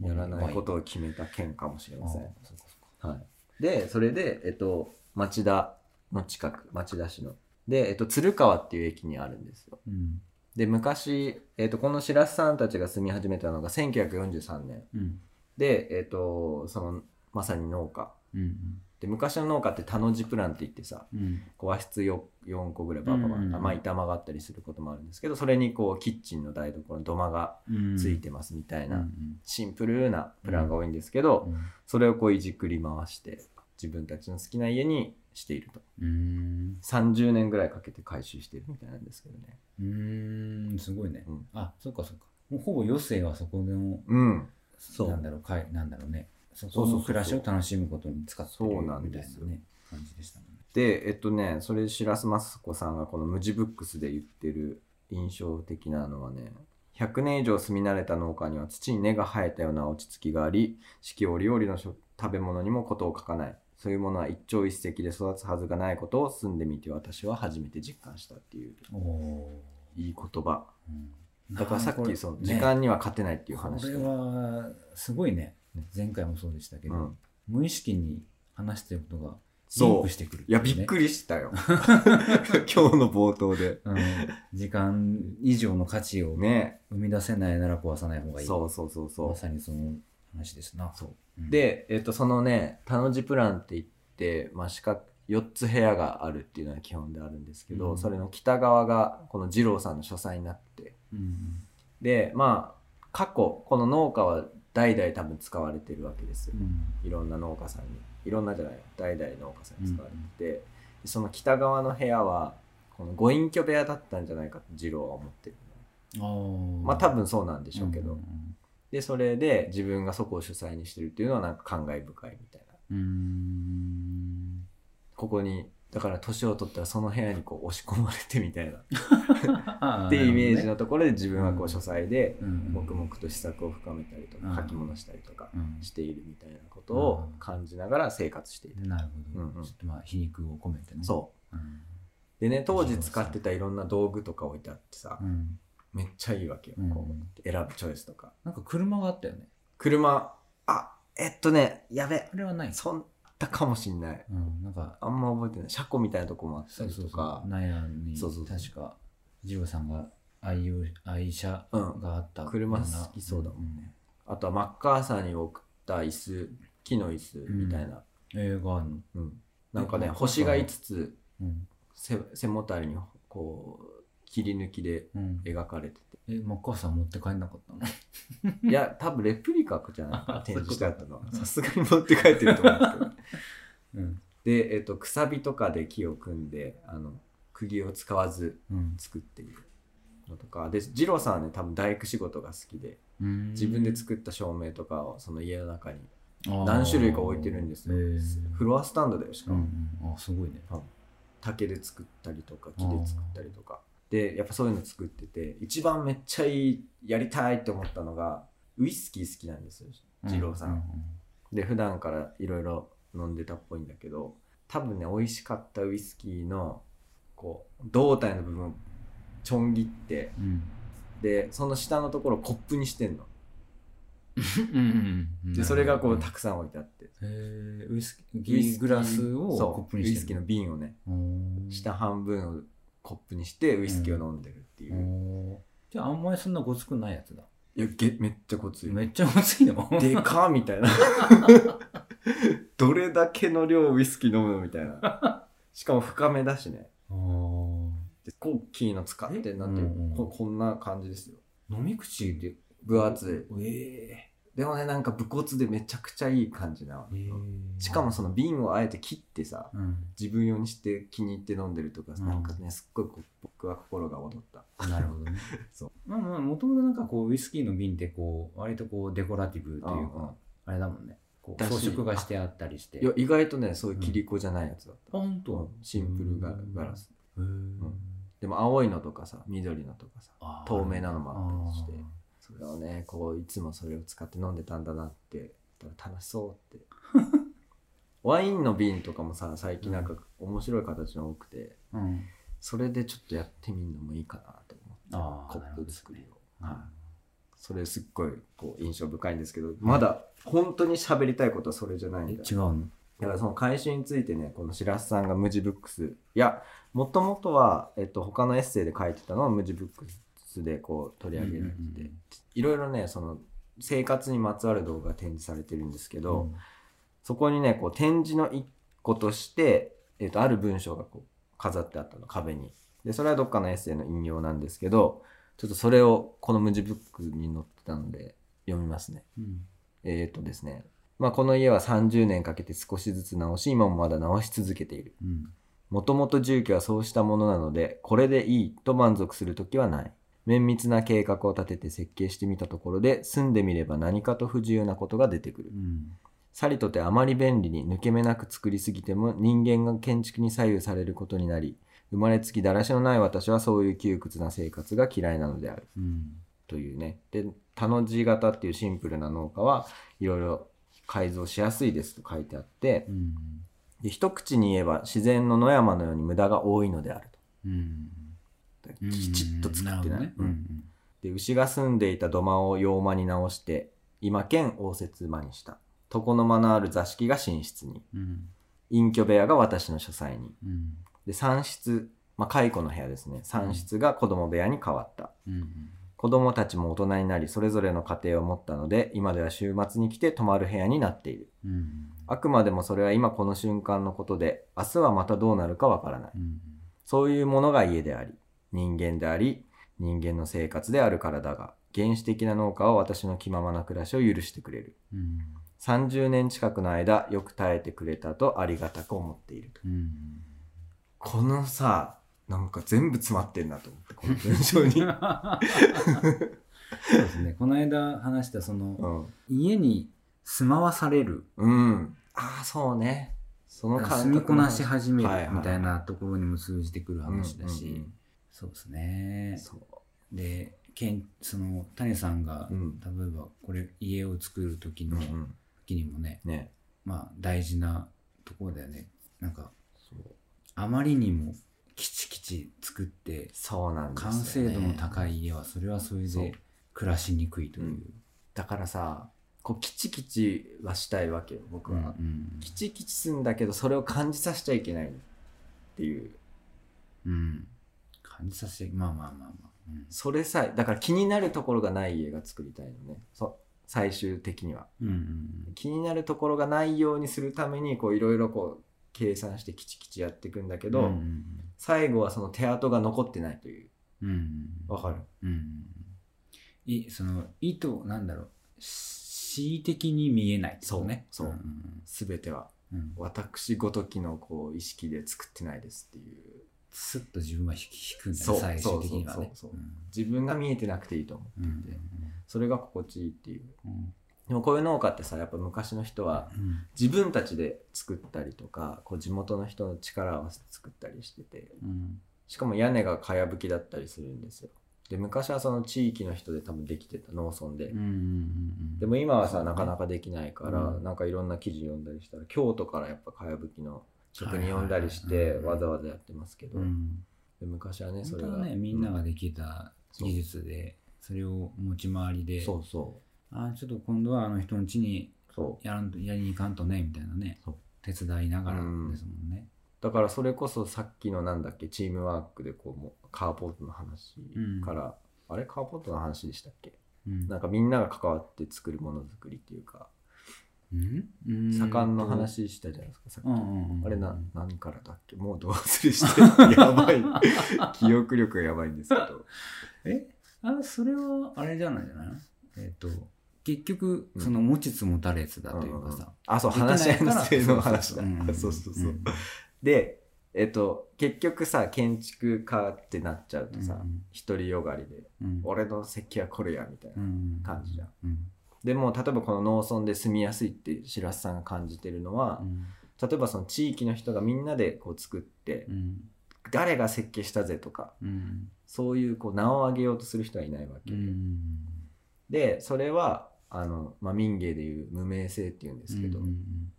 Speaker 1: やらないこと
Speaker 2: は
Speaker 1: を決めた件かもしれ
Speaker 2: あ
Speaker 1: ません。
Speaker 2: そうかそうか
Speaker 1: はい。で、それで、えっと、町田の近く、町田市の。で、えっと、鶴川っていう駅にあるんですよ。
Speaker 2: うん。
Speaker 1: で、昔、えっと、この白洲さんたちが住み始めたのが1943年。
Speaker 2: うん。
Speaker 1: で、えっと、その、まさに農家。
Speaker 2: うん。
Speaker 1: で、昔の農家って田の字プランって言ってさ、
Speaker 2: うん。
Speaker 1: こう和室よ4個ぐらいバーバーバー
Speaker 2: うんうんうん
Speaker 1: まあ板間があったりすることもあるんですけど、それにこうキッチンの台所の土間が
Speaker 2: うん
Speaker 1: ついてますみたいな、
Speaker 2: うん
Speaker 1: シンプルなプランが多いんですけど、
Speaker 2: うん
Speaker 1: それをこういじくり回して自分たちの好きな家にしていると
Speaker 2: うん
Speaker 1: 30年ぐらいかけて回収してるみたいなんですけどね
Speaker 2: うーんすごいね、
Speaker 1: うん
Speaker 2: あそうかそうかもうほぼ余生はそこでの
Speaker 1: うんそう
Speaker 2: なんだろうかいなんだろうねそ
Speaker 1: そうそう
Speaker 2: こ
Speaker 1: そう
Speaker 2: の暮らしを楽しむことに使ってる
Speaker 1: そうなん
Speaker 2: みたい
Speaker 1: です
Speaker 2: な
Speaker 1: よ
Speaker 2: ね感じでしたもんね
Speaker 1: でえっとねそれ白洲正子さんがこの「無地ブックス」で言ってる印象的なのはね100年以上住み慣れた農家には土に根が生えたような落ち着きがあり四季折々の食食べ物にもことを書かないそういうものは一朝一夕で育つはずがないことを住んでみて私は初めて実感したっていう
Speaker 2: おお
Speaker 1: いい言葉
Speaker 2: ー、うん
Speaker 1: だからさっきその
Speaker 2: ね
Speaker 1: 時間には勝てないっていう話
Speaker 2: これ
Speaker 1: と
Speaker 2: はすごいね
Speaker 1: ね
Speaker 2: 前回もそうでしたけど、
Speaker 1: うん
Speaker 2: 無意識に話してることがリン
Speaker 1: そ
Speaker 2: ク
Speaker 1: う
Speaker 2: してくる
Speaker 1: いやびっ
Speaker 2: り、
Speaker 1: くりした
Speaker 2: <laughs>
Speaker 1: よ今日の冒頭で
Speaker 2: うん、時間以上の価値を生
Speaker 1: ね
Speaker 2: み出せないなら壊さない方がいい
Speaker 1: そうそうそうそう
Speaker 2: まさにその話ですな、
Speaker 1: そう
Speaker 2: ん、
Speaker 1: で、えっと、そのね、田の字プランって言って、まあ、四角、4つ部屋があるっていうのが基本であるんですけど、
Speaker 2: うん
Speaker 1: それの北側が、この二郎さんの書斎になってて、
Speaker 2: うん
Speaker 1: で、まあ、過去、この農家は代々多分使われてるわけですよ。いろんな農家さんに。いろんなじゃないよ代々農家さんに使われてて、でその北側の部屋は、このご隠居部屋だったんじゃないかと二郎は思ってるのね。
Speaker 2: あー
Speaker 1: まあ、多分そうなんでしょうけど、
Speaker 2: ん
Speaker 1: で、それで自分がそこを主催にしてるっていうのはなんか感慨深いみたいな。
Speaker 2: うんうん
Speaker 1: ここにだから年を取ったらその部屋にこう押し込まれてみた
Speaker 2: <laughs>
Speaker 1: いな
Speaker 2: っ
Speaker 1: っていうイメージ
Speaker 2: だ
Speaker 1: のところで自分はこう書斎で
Speaker 2: 僕
Speaker 1: 黙々と試作を深めたりと
Speaker 2: うん
Speaker 1: か書き物したりとかしているみたいなこと
Speaker 2: う
Speaker 1: を
Speaker 2: ん
Speaker 1: 感じながら生活している。
Speaker 2: なるほ
Speaker 1: うんう
Speaker 2: ど
Speaker 1: ん
Speaker 2: ちょっとまあ皮肉を込めてね
Speaker 1: そう
Speaker 2: うん
Speaker 1: うでね当時使ってたいろんな道具とか置いてあってさ
Speaker 2: うん
Speaker 1: めっちゃいいわけよ、
Speaker 2: うん
Speaker 1: こう選ぶチョイスとか
Speaker 2: なんか車があったよね
Speaker 1: 車あえっとねやべ
Speaker 2: あれはない
Speaker 1: そんだかもしんない
Speaker 2: うんなんか
Speaker 1: あんま覚えてない車庫みたいなとこもあった
Speaker 2: そう
Speaker 1: りと
Speaker 2: そう
Speaker 1: か
Speaker 2: そう納屋に
Speaker 1: そうそうそう
Speaker 2: 確か二郎さんが愛用愛車
Speaker 1: うん
Speaker 2: があった
Speaker 1: 車好きそうだもんね、あとはマッカーサーに送った椅子木の椅子みたいな、
Speaker 2: うん映画あるの
Speaker 1: うんなんかね
Speaker 2: なんか
Speaker 1: 星が5つ
Speaker 2: うん
Speaker 1: 背背もたれにこう切り抜きで
Speaker 2: うん
Speaker 1: 描かれて
Speaker 2: <laughs>
Speaker 1: て
Speaker 2: えマッカーサー持って帰んなかったの
Speaker 1: いや多分レプリカじゃないかな
Speaker 2: <laughs> あ
Speaker 1: 展示してあったのは
Speaker 2: そういうこ
Speaker 1: さ
Speaker 2: と
Speaker 1: すがに持って帰ってると思うんですけど
Speaker 2: うん
Speaker 1: で、えっとくさびとかで木を組んであの釘を使わず
Speaker 2: うん
Speaker 1: 作っているのとかで二郎さんはね多分大工仕事が好きで
Speaker 2: うん
Speaker 1: 自分で作った照明とかをその家の中に
Speaker 2: 何
Speaker 1: 何種類か置いてるんですよ。フロアスタンドだよ、しか
Speaker 2: うん
Speaker 1: も。
Speaker 2: うん、あすごいね。
Speaker 1: 竹で作ったりとか、木で作ったりとか。で、やっぱそういうの作ってて、一番めっちゃいい、やりたいって思ったのが、ウイスキー好きなんですよ、二郎さん。で、普段からいろいろ飲んでたっぽいんだけど、多分ね、美味しかったウイスキーの、こう、胴体の部分をちょん切って、
Speaker 2: うん。うん
Speaker 1: で、その下のところをコップにしてんの。
Speaker 2: うんうん <laughs> うん
Speaker 1: で、それがこう、た
Speaker 2: へ
Speaker 1: くさん置いてあって。
Speaker 2: えウイスキ
Speaker 1: ウイスキ
Speaker 2: ーグラスを
Speaker 1: そう
Speaker 2: コップにして
Speaker 1: ウイスキーの瓶をね、
Speaker 2: の
Speaker 1: 下半分をコップにしてウイスキーを飲んでるっていう、
Speaker 2: じゃああんまりそんなごつくないやつだ
Speaker 1: いやげめっちゃごつい
Speaker 2: めっちゃごついの
Speaker 1: でかっみたいなどれだけの量ウイスキー飲むのみたいなしかも深めだしね
Speaker 2: <laughs> あー
Speaker 1: でコッキーの使ってなんて、
Speaker 2: えうんうん
Speaker 1: ここんな感じですよ
Speaker 2: 飲み口で
Speaker 1: 分厚
Speaker 2: え
Speaker 1: いでもねなんか武骨でめちゃくちゃいい感じな、
Speaker 2: え
Speaker 1: しかもその瓶をあえて切ってさ
Speaker 2: うん
Speaker 1: 自分用にして気に入って飲んでるとか、
Speaker 2: うん
Speaker 1: なんかねすっごいこう僕は心が踊った
Speaker 2: なるほどね
Speaker 1: <laughs> そう
Speaker 2: まあまあもともとなんかこうウイスキーの瓶ってこう割とこうデコラティブという
Speaker 1: うんうん
Speaker 2: かあれだもんねこう
Speaker 1: だし
Speaker 2: 装飾がしてあったりして
Speaker 1: いや意外とねそういう切り子じゃないやつだった、
Speaker 2: あ、本当。
Speaker 1: シンプルガガラス
Speaker 2: へー
Speaker 1: でも青いのとかさ緑のとかさ
Speaker 2: あー
Speaker 1: 透明なのもあったりして
Speaker 2: あー
Speaker 1: それをねこういつもそれを使って飲んでたんだなってったら楽しそう
Speaker 2: <laughs>
Speaker 1: ってワインの瓶とかもさ最近なんか面白い形の多くて、
Speaker 2: うん。
Speaker 1: それでちょっとやってみるのもいいかなと思
Speaker 2: あ
Speaker 1: っ
Speaker 2: ー
Speaker 1: てコ
Speaker 2: なる
Speaker 1: ッ
Speaker 2: ほど
Speaker 1: プ
Speaker 2: ね
Speaker 1: 作りを、はいそれすっごいこう印象深いんですけどまだ本当に喋りたいことはそれじゃないん
Speaker 2: え
Speaker 1: だ
Speaker 2: 違うの
Speaker 1: だからその回収についてねこの白洲さんが無地ブックスいやもともとは、えっと、他のエッセイで書いてたのは無地ブックスでこう取り上げられてて、
Speaker 2: うんうんうん
Speaker 1: いろいろねその生活にまつわる動画が展示されてるんですけど、そこにねこう展示の一個として、えっと、ある文章がこう飾ってあったの壁にでそれはどっかのエッセイの引用なんですけどちょっとそれをこの無地ブックに載ってたので読みますね。
Speaker 2: うん。
Speaker 1: えー、っとですね、まあ、この家は30年かけて少しずつ直し、今もまだ直し続けている。
Speaker 2: うん。
Speaker 1: もともと住居はそうしたものなので、これでいいと満足するときはない。綿密な計画を立てて設計してみたところで、住んでみれば何かと不自由なことが出てくる
Speaker 2: う。ん。
Speaker 1: さりとてあまり便利に抜け目なく作りすぎても人間が建築に左右されることになり、生まれつきだらしのない私はそういう窮屈な生活が嫌いなのである。
Speaker 2: うん。
Speaker 1: というね。で、田の字型っていうシンプルな農家はいろいろ改造しやすいですと書いてあって
Speaker 2: う、ん。
Speaker 1: で一口に言えば自然の野山のように無駄が多いのである
Speaker 2: うん。
Speaker 1: と。きちっと作ってない。
Speaker 2: るほどね。うん。
Speaker 1: で牛が住んでいた土間を洋間に直して、今県応接間にした。床の間のある座敷が寝室に。
Speaker 2: うん。
Speaker 1: 隠居部屋が私の書斎に。
Speaker 2: うん。
Speaker 1: で、産室、まあ、解雇の部屋ですね。産室が子供部屋に変わった。
Speaker 2: うん。
Speaker 1: 子供たちも大人になり、それぞれの家庭を持ったので、今では週末に来て泊まる部屋になっている。
Speaker 2: うん。
Speaker 1: あくまでもそれは今この瞬間のことで、明日はまたどうなるかわからない。
Speaker 2: うん。
Speaker 1: そういうものが家であり、人間であり、人間の生活であるからだが、原始的な農家は私の気ままな暮らしを許してくれる。
Speaker 2: うん。
Speaker 1: 30年近くの間、よく耐えてくれたとありがたく思っていると。
Speaker 2: うん。
Speaker 1: このさ、なんか全部詰まってんなと思って、この文章
Speaker 2: <laughs>
Speaker 1: に。
Speaker 2: そうですね。この間話したその、家に住まわされる、
Speaker 1: うん。うん。ああ、そうね。その
Speaker 2: 住みこなし始める
Speaker 1: はいはい
Speaker 2: みたいなところにも通じてくる話だ
Speaker 1: うんうんう
Speaker 2: し
Speaker 1: ん、
Speaker 2: そうですね。
Speaker 1: そう。
Speaker 2: で、けんその、谷さんが、
Speaker 1: う
Speaker 2: 例
Speaker 1: ん。
Speaker 2: えばこれ家を作る時
Speaker 1: う
Speaker 2: の
Speaker 1: んうん。
Speaker 2: 時にもね、
Speaker 1: ね。
Speaker 2: まあ大事なところだよね。なんか、
Speaker 1: そう。
Speaker 2: あまりにもきちきち作って
Speaker 1: そうなんですよ
Speaker 2: 完
Speaker 1: ね
Speaker 2: 成度の高い家はそれはそれ
Speaker 1: そう。
Speaker 2: で暮らしにくいといううん
Speaker 1: だからさ、こう、きちきちはしたいわけよ、僕
Speaker 2: う
Speaker 1: は。
Speaker 2: んうん
Speaker 1: きちきちするんだけどそれを感じさせちゃいけないっていう
Speaker 2: うん、感じさせてまあまあまあまあ、うん
Speaker 1: それさえだから気になるところがない家が作りたいのねそ最終的には
Speaker 2: うん
Speaker 1: 気になるところがないようにするためにこういろいろこう計算してきちきちやっていくんだけ
Speaker 2: け
Speaker 1: ど、
Speaker 2: うん
Speaker 1: 最後はその手跡が残ってないという
Speaker 2: うん
Speaker 1: わかる
Speaker 2: うんうんいその意図なんだろう恣意的に見えないってことね
Speaker 1: そうそうん全ては
Speaker 2: うんうん
Speaker 1: 私ごときのこう意識で作ってないですっていう
Speaker 2: スッと自分は引き引くんだ
Speaker 1: そう
Speaker 2: ね最終的にはね
Speaker 1: そうそうそう自分が見えてなくていいと思
Speaker 2: うん
Speaker 1: っててそれが心地いいっていう
Speaker 2: うん
Speaker 1: でもこういう農家ってさやっぱ昔の人は
Speaker 2: うん
Speaker 1: 自分たちで作ったりとかこう地元の人の力を合わせて作ったりしてて
Speaker 2: うん
Speaker 1: しかも屋根がかやぶきだったりするんですよで昔はその地域の人で多分できてた農村で、
Speaker 2: うんうんうん
Speaker 1: でも今はさ、
Speaker 2: そうね
Speaker 1: なかなかできないから、
Speaker 2: うん
Speaker 1: なんかいろんな記事読んだりしたら京都からやっぱかやぶきの職人呼んだりし
Speaker 2: はいはい
Speaker 1: て
Speaker 2: はい
Speaker 1: わざわざやってますけど、
Speaker 2: うん
Speaker 1: で昔はねそ
Speaker 2: 本
Speaker 1: れ
Speaker 2: 当
Speaker 1: が
Speaker 2: はねみんな
Speaker 1: う
Speaker 2: ができた技術でそれを持ち回りで
Speaker 1: そうそ
Speaker 2: あーちょっと今度はあの人の家に
Speaker 1: うそう
Speaker 2: やらんとやりに行かんとねみたいなね
Speaker 1: そう
Speaker 2: 手伝いながらですもんね、
Speaker 1: だからそれこそさっきのなんだっけチームワークでこうもうカーポートの話から、あれカーポートの話でしたっけ
Speaker 2: うん
Speaker 1: なんかみんなが関わって作るものづくりっていうか、
Speaker 2: うんうん
Speaker 1: 盛んの話したじゃないですか、さっき。
Speaker 2: うんうんうん
Speaker 1: あれな、何からだっけもうどうするして、やばい。 <laughs> 記憶力がやばいんですけど。
Speaker 2: えあそれはあれじゃないじゃないえっ、と結局
Speaker 1: うん
Speaker 2: その持ちつ持たれつだというか
Speaker 1: うんうん
Speaker 2: さ、
Speaker 1: あ、そう、
Speaker 2: できない
Speaker 1: 話し合いの性
Speaker 2: か
Speaker 1: の
Speaker 2: ら
Speaker 1: 話だ
Speaker 2: そうそう。
Speaker 1: そうそうそう。
Speaker 2: ん
Speaker 1: で、えっと、結局さ、建築家ってなっちゃうとさ、
Speaker 2: うん
Speaker 1: 独りよがりで、
Speaker 2: うん
Speaker 1: 俺の設計はこれや、みたいな。
Speaker 2: うん
Speaker 1: 感じじゃん
Speaker 2: うん
Speaker 1: でも、例えばこの農村で住みやすいって白洲さんが感じてるのは
Speaker 2: う、ん
Speaker 1: 例えばその地域の人がみんなでこう作って、
Speaker 2: うん
Speaker 1: 誰が設計したぜとか
Speaker 2: うん
Speaker 1: そういうこう名を上げようとする人はいないわ
Speaker 2: う
Speaker 1: け、
Speaker 2: ん
Speaker 1: でそれはあの、まあ、民芸でいう無名性っていうんですけど、
Speaker 2: うんうんうんう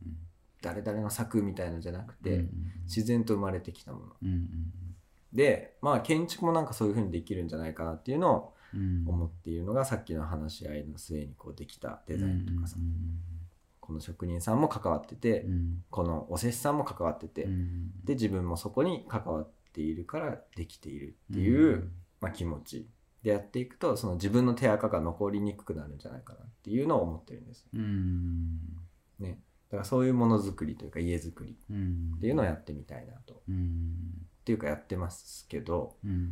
Speaker 2: ん
Speaker 1: 誰々の作みたいのじゃなくて、
Speaker 2: うんうん
Speaker 1: 自然と生まれてきたもの
Speaker 2: うん
Speaker 1: でまあ建築もなんかそういう風にできるんじゃないかなっていうのを
Speaker 2: うんうん
Speaker 1: 思っているのがさっきの話し合いの末にこうできたデザインとかさ、この職人さんも関わってて、
Speaker 2: うん
Speaker 1: このお施主さんも関わってて、
Speaker 2: うん
Speaker 1: で自分もそこに関わっているからできているっていう、まあ、気持ちでやっていくとその自分の手垢が残りにくくなるんじゃないかなっていうのを思ってるんです
Speaker 2: うん
Speaker 1: ねだからそういうものづくりというか家づくり
Speaker 2: うん
Speaker 1: っていうのをやってみたいなとっ
Speaker 2: うん
Speaker 1: ていうかやってますけど
Speaker 2: うん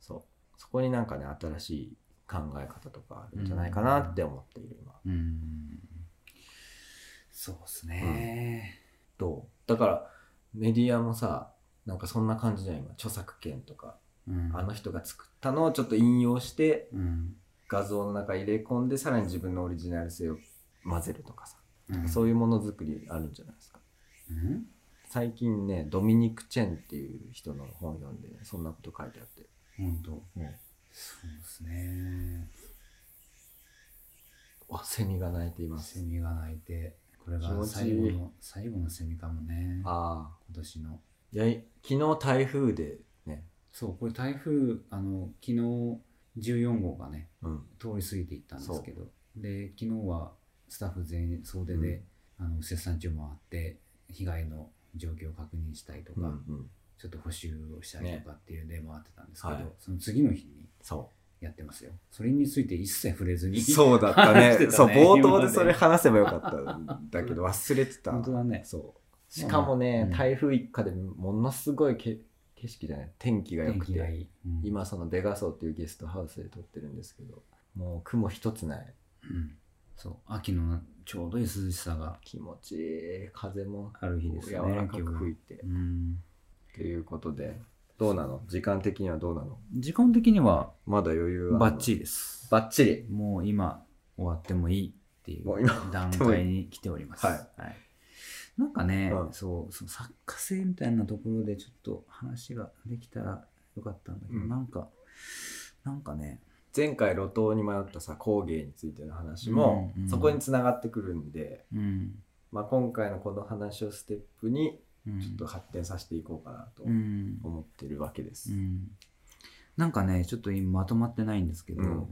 Speaker 1: そうそこになんかね新しい考え方とかあるんじゃないかなって思っている今
Speaker 2: うんそうですね
Speaker 1: どうだからメディアもさなんかそんな感じじゃん今著作権とか
Speaker 2: うん
Speaker 1: あの人が作ったのをちょっと引用して
Speaker 2: うん
Speaker 1: 画像の中入れ込んでさらに自分のオリジナル性を混ぜるとかさ
Speaker 2: うん
Speaker 1: そういうものづくりあるんじゃないですか
Speaker 2: うん
Speaker 1: 最近ねドミニク・チェンっていう人の本読んで、ね、そんなこと書いてあって、
Speaker 2: 本当そうですね
Speaker 1: あセミが鳴いています
Speaker 2: セミが鳴いてこれ
Speaker 1: 気
Speaker 2: が
Speaker 1: 持ちい
Speaker 2: 最
Speaker 1: い
Speaker 2: 後の最後のセミかもね今
Speaker 1: ああ
Speaker 2: 年の
Speaker 1: いやい昨日台風でね
Speaker 2: そうこれ台風あの昨日14号がね
Speaker 1: うん
Speaker 2: 通り過ぎていったんですけどで昨日はスタッフ全員総出で、あの施設産地を回って被害の状況を確認したりと
Speaker 1: う
Speaker 2: か、
Speaker 1: んうん
Speaker 2: ちょっと補修をしたりとかっていうで回ってたんですけど、
Speaker 1: ねはい
Speaker 2: その次の日に
Speaker 1: そ
Speaker 2: やってますよそれについて一切触れず
Speaker 1: う
Speaker 2: に
Speaker 1: そうだったね
Speaker 2: 話してたね
Speaker 1: そう冒頭でそれ
Speaker 2: 今
Speaker 1: 話せばよかったんだけど忘れてた
Speaker 2: 本当だね
Speaker 1: そうしかもね、
Speaker 2: うん
Speaker 1: 台風一過でものすごいけ景色じゃない天気が良
Speaker 2: 天
Speaker 1: く
Speaker 2: 気が
Speaker 1: て
Speaker 2: いい、うん、
Speaker 1: 今そのベガソーっていうゲストハウスで撮ってるんですけどもう雲一つない
Speaker 2: うんそう秋のちょうどいい涼しさが
Speaker 1: 気持ちいい風も
Speaker 2: ある日です
Speaker 1: 柔
Speaker 2: ね
Speaker 1: らかく
Speaker 2: 今日
Speaker 1: 吹い
Speaker 2: は
Speaker 1: て
Speaker 2: うん
Speaker 1: ということでどうなの時間的にはどうなの
Speaker 2: 時間的には
Speaker 1: まだ余裕は
Speaker 2: バッチ
Speaker 1: リ
Speaker 2: リです
Speaker 1: バッチリ
Speaker 2: もう今終わってもいいってい
Speaker 1: もう
Speaker 2: う
Speaker 1: 今
Speaker 2: 段
Speaker 1: ってもいい
Speaker 2: 階に来ております。
Speaker 1: はい
Speaker 2: なんかね、
Speaker 1: うん
Speaker 2: そうその作家性みたいなところでちょっと話ができたらよかったんだけど、
Speaker 1: うん
Speaker 2: なんかなんかね
Speaker 1: 前回路頭に迷ったさ工芸についての話も、
Speaker 2: うんうん
Speaker 1: そこに繋がってくるんで、
Speaker 2: うん、
Speaker 1: まあ、今回のこの話をステップに
Speaker 2: うん、
Speaker 1: ちょっと発展させていこうかなと
Speaker 2: うん、
Speaker 1: 思ってるわけです、
Speaker 2: うん、なんかねちょっと今まとまってないんですけど、
Speaker 1: うん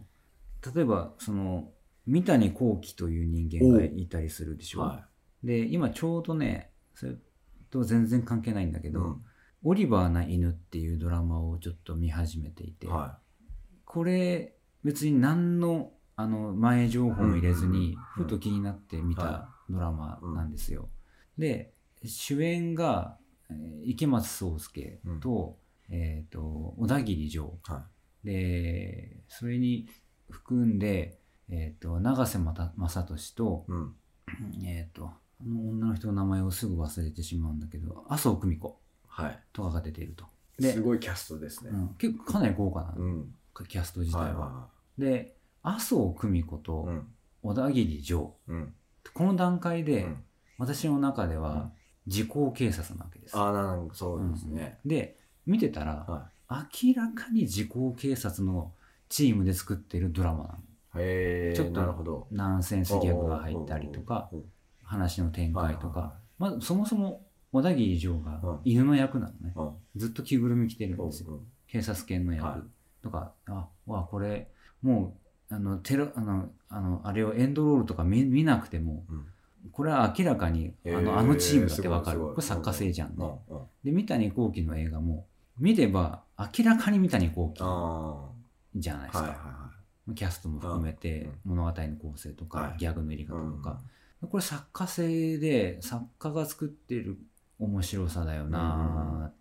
Speaker 2: 例えばその三谷幸喜という人間がいたりするでしょ、
Speaker 1: は
Speaker 2: で今ちょうどねそれとは全然関係ないんだけ
Speaker 1: い
Speaker 2: ど、オリバーな犬っていうドラマをちょっと見始めていて、
Speaker 1: は
Speaker 2: これ別に何のあの前情報も入れずに、
Speaker 1: うん
Speaker 2: ふと気になって見
Speaker 1: は
Speaker 2: たドラマなんですよ。で主演がえー池松壮亮と,、えー、と小田切丈
Speaker 1: い、は
Speaker 2: でそれに含んで、えー、と永瀬また正敏と,、
Speaker 1: い、うん
Speaker 2: えー、とあの女の人の名前をすぐ忘れてしまうんだけど麻生久美子
Speaker 1: はい、
Speaker 2: とかが出ていると。
Speaker 1: すごいキャストですね
Speaker 2: う、ん、結構かなり豪華な、
Speaker 1: うん
Speaker 2: キャスト自体は。
Speaker 1: いは
Speaker 2: で麻生久美子
Speaker 1: いはい、う
Speaker 2: と
Speaker 1: ん
Speaker 2: 小田切丈、
Speaker 1: うん
Speaker 2: この段階
Speaker 1: う
Speaker 2: で、
Speaker 1: ん、
Speaker 2: 私の中で
Speaker 1: うん
Speaker 2: は時効警察なわけです。
Speaker 1: ああなんかそうですね、
Speaker 2: で見てたら
Speaker 1: は
Speaker 2: 明らかに時効警察のチームで作ってるドラマなの。
Speaker 1: いへえ
Speaker 2: ちょっと
Speaker 1: なるほど
Speaker 2: ナンセンスギャグが入ったりとか
Speaker 1: おうおう
Speaker 2: 話の展
Speaker 1: おうおう
Speaker 2: 開とか、まあ、そもそも小田切
Speaker 1: う
Speaker 2: 丈
Speaker 1: ん
Speaker 2: が犬の役なのね。
Speaker 1: はいはいはい
Speaker 2: ずっと着ぐるみ着てる
Speaker 1: うん
Speaker 2: んですよ。
Speaker 1: うん
Speaker 2: 警察犬の
Speaker 1: はい
Speaker 2: 役とか、あわこれもうあのテロあのあのあれをエンドロールとか見見なくても
Speaker 1: うん
Speaker 2: これは明らかにあ
Speaker 1: へ
Speaker 2: の,、
Speaker 1: ー
Speaker 2: あのチームだってわか
Speaker 1: す
Speaker 2: る
Speaker 1: ごいすごい
Speaker 2: これ作家性じゃんね、
Speaker 1: うんうん
Speaker 2: で三谷幸喜の映画も見れば明らかに三谷幸喜
Speaker 1: あ
Speaker 2: じゃないで
Speaker 1: あ
Speaker 2: す
Speaker 1: は
Speaker 2: か、
Speaker 1: いはいは
Speaker 2: キャストも含めて物語の構成とか、
Speaker 1: はい
Speaker 2: ギャグの入り
Speaker 1: い
Speaker 2: 方とか、これ作家性で作家が作ってる面白さだよなーっ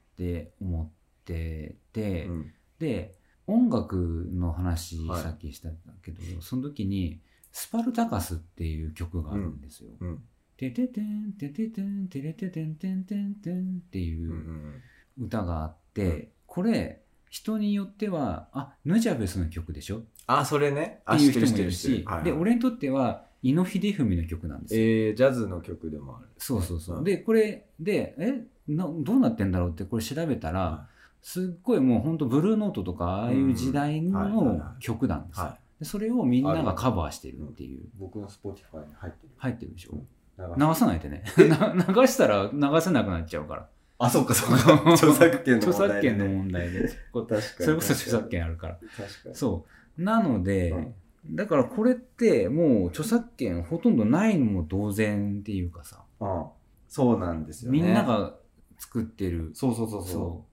Speaker 2: て思ってて、
Speaker 1: うんうん
Speaker 2: で音楽の話
Speaker 1: はい
Speaker 2: さっきしたんだけど、その時に「スパルタカス」っていう曲があるんですよ。
Speaker 1: うん
Speaker 2: てててんてててんてれててんてんてんてんって
Speaker 1: う
Speaker 2: い
Speaker 1: んう
Speaker 2: うん歌があっ
Speaker 1: うん
Speaker 2: て、これ人によっては「あヌジャベスの曲でしょ?」っ
Speaker 1: あそれね
Speaker 2: て
Speaker 1: あ
Speaker 2: い
Speaker 1: 知
Speaker 2: う
Speaker 1: って
Speaker 2: 人
Speaker 1: る知って
Speaker 2: もい
Speaker 1: る
Speaker 2: る
Speaker 1: 知って
Speaker 2: し
Speaker 1: るはいはい
Speaker 2: で俺にとっては井野秀文の曲なんですよ。
Speaker 1: えージャズの曲でもある
Speaker 2: そうそうそううんでこれでえなどうなってんだろうってこれ調べたらすっごいもうほんとブルーノートとかああいう時代
Speaker 1: うんはいはい
Speaker 2: の
Speaker 1: はい
Speaker 2: 曲なんですよ
Speaker 1: は
Speaker 2: ででそれをみんながカバーしてるっていう。
Speaker 1: 僕の Spotify に入ってる。
Speaker 2: 入ってるでしょ
Speaker 1: 長
Speaker 2: 流さないでね。 <laughs> な流したら流せなくなっちゃうから。
Speaker 1: あ、そっかそっか。 <laughs> 著作権の
Speaker 2: 著
Speaker 1: 問
Speaker 2: 作
Speaker 1: 題で
Speaker 2: 権の
Speaker 1: ね。
Speaker 2: 問題で。
Speaker 1: <laughs> 確かに。
Speaker 2: それこそ著作権あるから。
Speaker 1: 確かに。
Speaker 2: そう。なので、
Speaker 1: うん
Speaker 2: だからこれってもう著作権ほとんどないのも同然っていうかさ、
Speaker 1: うん。そうなんですよね。
Speaker 2: みんな。が作ってる。
Speaker 1: そうそうそうそう。
Speaker 2: そう。だか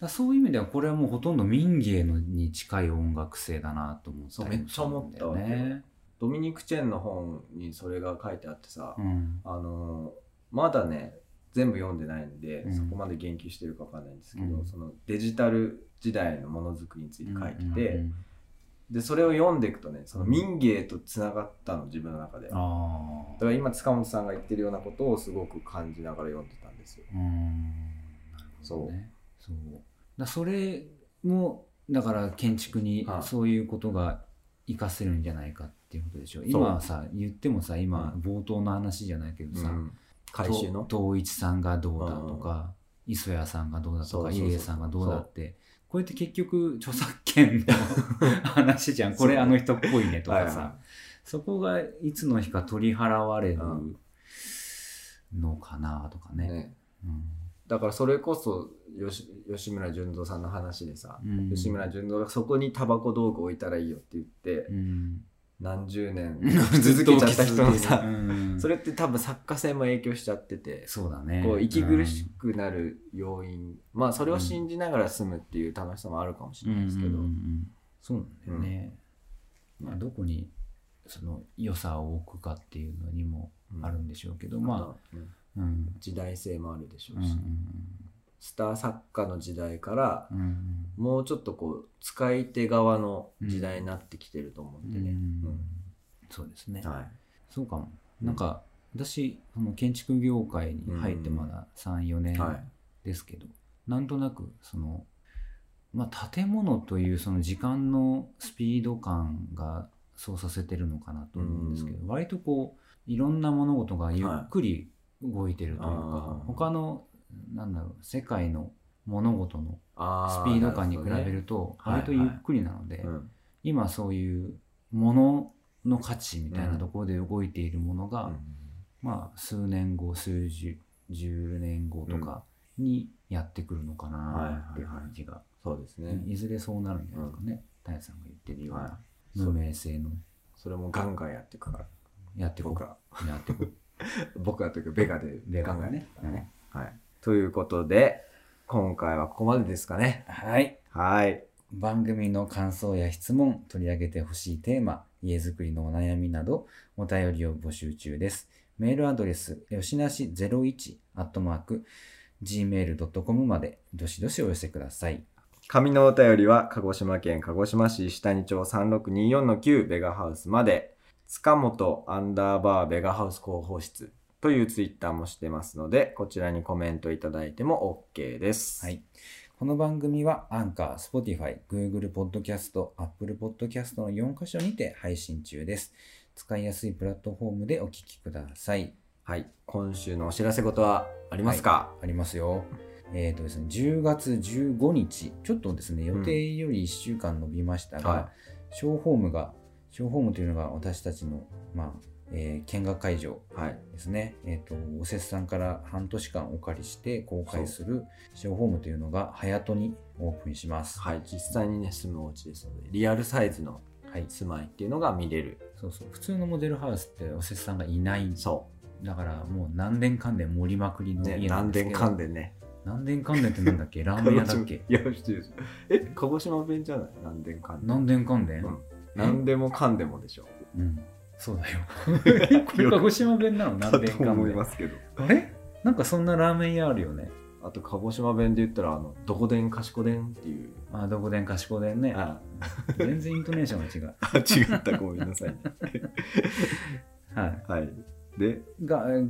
Speaker 2: らそういう意味ではこれはもうほとんど民芸のに近い音楽性だなと思ったりもするんだ
Speaker 1: そうめ
Speaker 2: よ
Speaker 1: っちゃ思った
Speaker 2: ね。
Speaker 1: ドミニク・チェンの本にそれが書いてあってさ、
Speaker 2: うん。
Speaker 1: あのーまだね全部読んでないんで、
Speaker 2: うん
Speaker 1: そこまで言及してるかわかんないんですけど、
Speaker 2: うん
Speaker 1: そのデジタル時代のものづくりについて書いてて、
Speaker 2: うんうん
Speaker 1: でそれを読んでいくとねその民芸とつながったの自分の中で、だか
Speaker 2: ああ。
Speaker 1: ら今塚本さんが言ってるようなことをすごく感じながら読んでたんですよ。
Speaker 2: うーん
Speaker 1: そう
Speaker 2: ねそうだそれもだから建築に
Speaker 1: はい
Speaker 2: そういうことが活かせるんじゃないかっていうことでしょ
Speaker 1: そう
Speaker 2: 今さ言ってもさ今
Speaker 1: う
Speaker 2: 冒頭の話じゃないけど
Speaker 1: う
Speaker 2: さ
Speaker 1: ん回収の
Speaker 2: と東一さんがどうだとか磯谷さんがどうだと
Speaker 1: そう
Speaker 2: か
Speaker 1: そうそう
Speaker 2: 入江さんがどうだってこれって結局著作権の話じゃんこ
Speaker 1: <laughs>
Speaker 2: れ
Speaker 1: そう
Speaker 2: あの人っぽいねと
Speaker 1: はいは
Speaker 2: か
Speaker 1: い
Speaker 2: さそこがいつの日か取り払われる
Speaker 1: うん
Speaker 2: のかなとかね。
Speaker 1: ね
Speaker 2: うん
Speaker 1: だからそれこそ吉吉村純三さんの話でさ、
Speaker 2: うん
Speaker 1: 吉村純三がそこにタバコ道具置いたらいいよって言って、
Speaker 2: うん、
Speaker 1: 何十年
Speaker 2: <laughs>
Speaker 1: <laughs>
Speaker 2: ず
Speaker 1: 続
Speaker 2: っと
Speaker 1: けちゃった人のさ、
Speaker 2: うん
Speaker 1: それって多分作家性も影響しちゃってて、
Speaker 2: そうだね
Speaker 1: こう息苦しくなる要因、まあそれを信じながら住むっていう楽しさもあるかもしれないですけど、
Speaker 2: うんうんうんうんそうなんだよね、まあ、どこにその良さを置くかっていうのにもあるんでしょうけど、まあ、
Speaker 1: あとうん
Speaker 2: うん
Speaker 1: 時代性もあるでしょ
Speaker 2: うん
Speaker 1: うし、スター作家の時代から
Speaker 2: うんうん
Speaker 1: もうちょっとこう使い手側の時代になってきてると思うんでね、
Speaker 2: うんそうですね、
Speaker 1: はい、
Speaker 2: そうかも
Speaker 1: うん
Speaker 2: なんか私その建築業界に入ってまだ34年、
Speaker 1: はい
Speaker 2: ですけどなんとなくその、まあ、建物というその時間のスピード感がそうさせてるのかなと思うんですけど、割とこういろんな物事がゆっくり動いてるというか、
Speaker 1: あー
Speaker 2: 他のなんだろう世界の物事の
Speaker 1: あ
Speaker 2: スピード感に比べ
Speaker 1: なる
Speaker 2: ると
Speaker 1: ほどね
Speaker 2: 割とゆっくりなので、
Speaker 1: ほどね
Speaker 2: 今そういう物の価値みたいなところで動いているものが、
Speaker 1: うん
Speaker 2: まあ、数年後数十十年後とかにやってくるのかなっていう感じが、
Speaker 1: そうですね、
Speaker 2: いずれそうなるんじゃないですかね、タ谷さんが言ってるよう
Speaker 1: はい
Speaker 2: な無名性の
Speaker 1: それもガンガンやっていくから
Speaker 2: やってこ
Speaker 1: 僕ら
Speaker 2: うやってこう
Speaker 1: 僕らというかベガで
Speaker 2: レ
Speaker 1: 考
Speaker 2: ガ
Speaker 1: え
Speaker 2: ね
Speaker 1: ね、はい。ということで、今回はここまでですかね。
Speaker 2: はい
Speaker 1: はい。
Speaker 2: 番組の感想や質問取り上げてほしいテーマ家づくりのお悩みなどお便りを募集中ですメールアドレスよしなし01アットマーク gmail.com までどしどしお寄せください
Speaker 1: 紙のお便りは、鹿児島県鹿児島市下二町3624-9ベガハウスまで、塚本アンダーバーベガハウス広報室というツイッターもしてますので、こちらにコメントいただいても OK です。
Speaker 2: はい。この番組はアンカー、Spotify、Google Podcast、Apple Podcast の4箇所にて配信中です。使いやすいプラットフォームでお聞きください。
Speaker 1: はい。今週のお知らせ事はありますか、
Speaker 2: ありますよ。えっ、とですね、10月15日、ちょっとですね、予定より1週間延びましたが、
Speaker 1: はい
Speaker 2: ショーホームが、ショーホームというのが私たちの、まあ、えー見学会場
Speaker 1: はい。
Speaker 2: ですね、えっとおせっさんから半年間お借りして公開するショーホームというのが隼人にオープンします。
Speaker 1: はい。実際にね、住むお家ですので、リアルサイズの
Speaker 2: はい、
Speaker 1: 住まいっていうのが見れる。
Speaker 2: そうそう普通のモデルハウスっておせっさんがいないんです
Speaker 1: そ
Speaker 2: だからもう何年間で盛りまく
Speaker 1: う。
Speaker 2: りの
Speaker 1: ね、
Speaker 2: 家なん
Speaker 1: 何
Speaker 2: ですけ
Speaker 1: 年
Speaker 2: ど、
Speaker 1: 間でね。
Speaker 2: 何年間でってなんだっけラーメン屋だ
Speaker 1: <laughs>
Speaker 2: っけ
Speaker 1: いや、普通ですえ、鹿児島弁じゃない何でんかんでん。
Speaker 2: 何年間で、
Speaker 1: うん何でもかんでもでしょ。
Speaker 2: うんそ
Speaker 1: <laughs>
Speaker 2: うだよこれ鹿児島弁なの
Speaker 1: だ
Speaker 2: 何
Speaker 1: と
Speaker 2: 年
Speaker 1: 思
Speaker 2: 間
Speaker 1: い
Speaker 2: で
Speaker 1: ますけど。
Speaker 2: あれなんかそんなラーメン屋あるよね
Speaker 1: あと、鹿児島弁で言ったら、あの、どこでんかしこでんっていう。
Speaker 2: あどこでんかしこでんね
Speaker 1: あ、
Speaker 2: 全然イントネーションが違う
Speaker 1: 違った、ごめんな
Speaker 2: <laughs>
Speaker 1: さい。
Speaker 2: はい
Speaker 1: はい。で、
Speaker 2: がが、
Speaker 1: うん
Speaker 2: え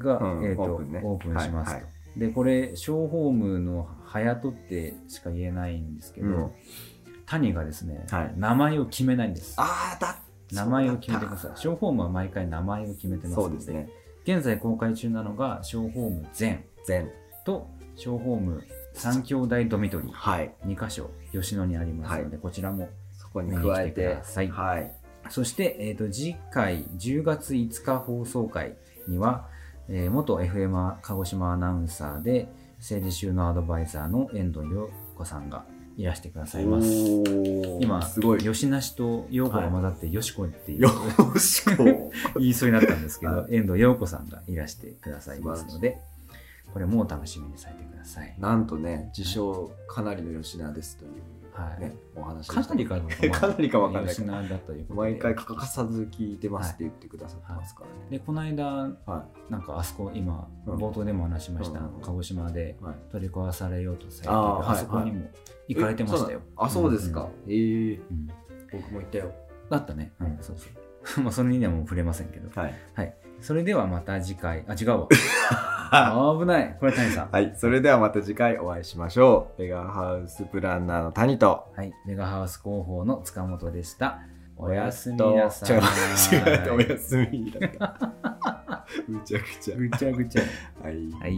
Speaker 2: ーと
Speaker 1: オープンね
Speaker 2: オープンしますと、
Speaker 1: はいは
Speaker 2: でこれショーホームの隼人ってしか言えないんですけど、
Speaker 1: うん
Speaker 2: 谷がですね、
Speaker 1: はい
Speaker 2: 名前を決めないんです
Speaker 1: あーだ
Speaker 2: 名前を決めてください。シ
Speaker 1: そ
Speaker 2: ョーホームは毎回名前を決めてますの
Speaker 1: うですね。
Speaker 2: 現在公開中なのが、ショーホーム全
Speaker 1: 全。
Speaker 2: と、ショーホーム三兄弟ドミトリー
Speaker 1: はい。
Speaker 2: 2箇所、吉野にありますので、こちらも
Speaker 1: そこに加え
Speaker 2: 見に来てく
Speaker 1: て
Speaker 2: ださい
Speaker 1: はい。
Speaker 2: そして、えー、と次回10月5日放送回には、えー元 FM 鹿児島アナウンサーで政治収納アドバイザーの遠藤陽子さんがいらしてくださいます。今
Speaker 1: 今、すごい。よ
Speaker 2: 吉なしと陽子が混ざってよしこっていう、
Speaker 1: しこ。
Speaker 2: 言いそうになったんですけど、
Speaker 1: は
Speaker 2: 遠藤陽子さんがいらしてくださいますので、これもう楽しみにされてください。
Speaker 1: なんとね、自称、かなりの吉田ですという
Speaker 2: はい。
Speaker 1: ね、お話で
Speaker 2: か
Speaker 1: した
Speaker 2: なりか
Speaker 1: かなりかわかんないけ
Speaker 2: 吉
Speaker 1: ど
Speaker 2: なだということで。
Speaker 1: 毎回欠かさず聞いてますって言ってくださってますからね。
Speaker 2: で、この間、
Speaker 1: は
Speaker 2: なんかあそこ今、
Speaker 1: うん
Speaker 2: 冒頭でも話しました、
Speaker 1: うんうん
Speaker 2: 鹿児島で
Speaker 1: い。はい
Speaker 2: 取り壊されようとされてる
Speaker 1: あー
Speaker 2: あ,、
Speaker 1: はい
Speaker 2: そこにも行かれてまし
Speaker 1: え。そう
Speaker 2: たよ
Speaker 1: なのあ、そうですか。ええ
Speaker 2: うん、うん
Speaker 1: 僕も行ったよ。
Speaker 2: だったね。うん、そうそう。ま <laughs> あ、それにはもう触れませんけど。
Speaker 1: はい。
Speaker 2: それではまた次回。あ、
Speaker 1: <laughs>
Speaker 2: 違うわ。危ない。これ谷さん。
Speaker 1: はい。それではまた次回お会いしましょう。ベガハウスプランナーの谷と。
Speaker 2: はい、メガハウス広報の塚本でした。おやすみ
Speaker 1: と
Speaker 2: なさい。
Speaker 1: 違う、違 <laughs> う、おやすみだった。むちゃくちゃ。 <laughs>
Speaker 2: ぐちゃぐちゃ。
Speaker 1: はい。
Speaker 2: はい。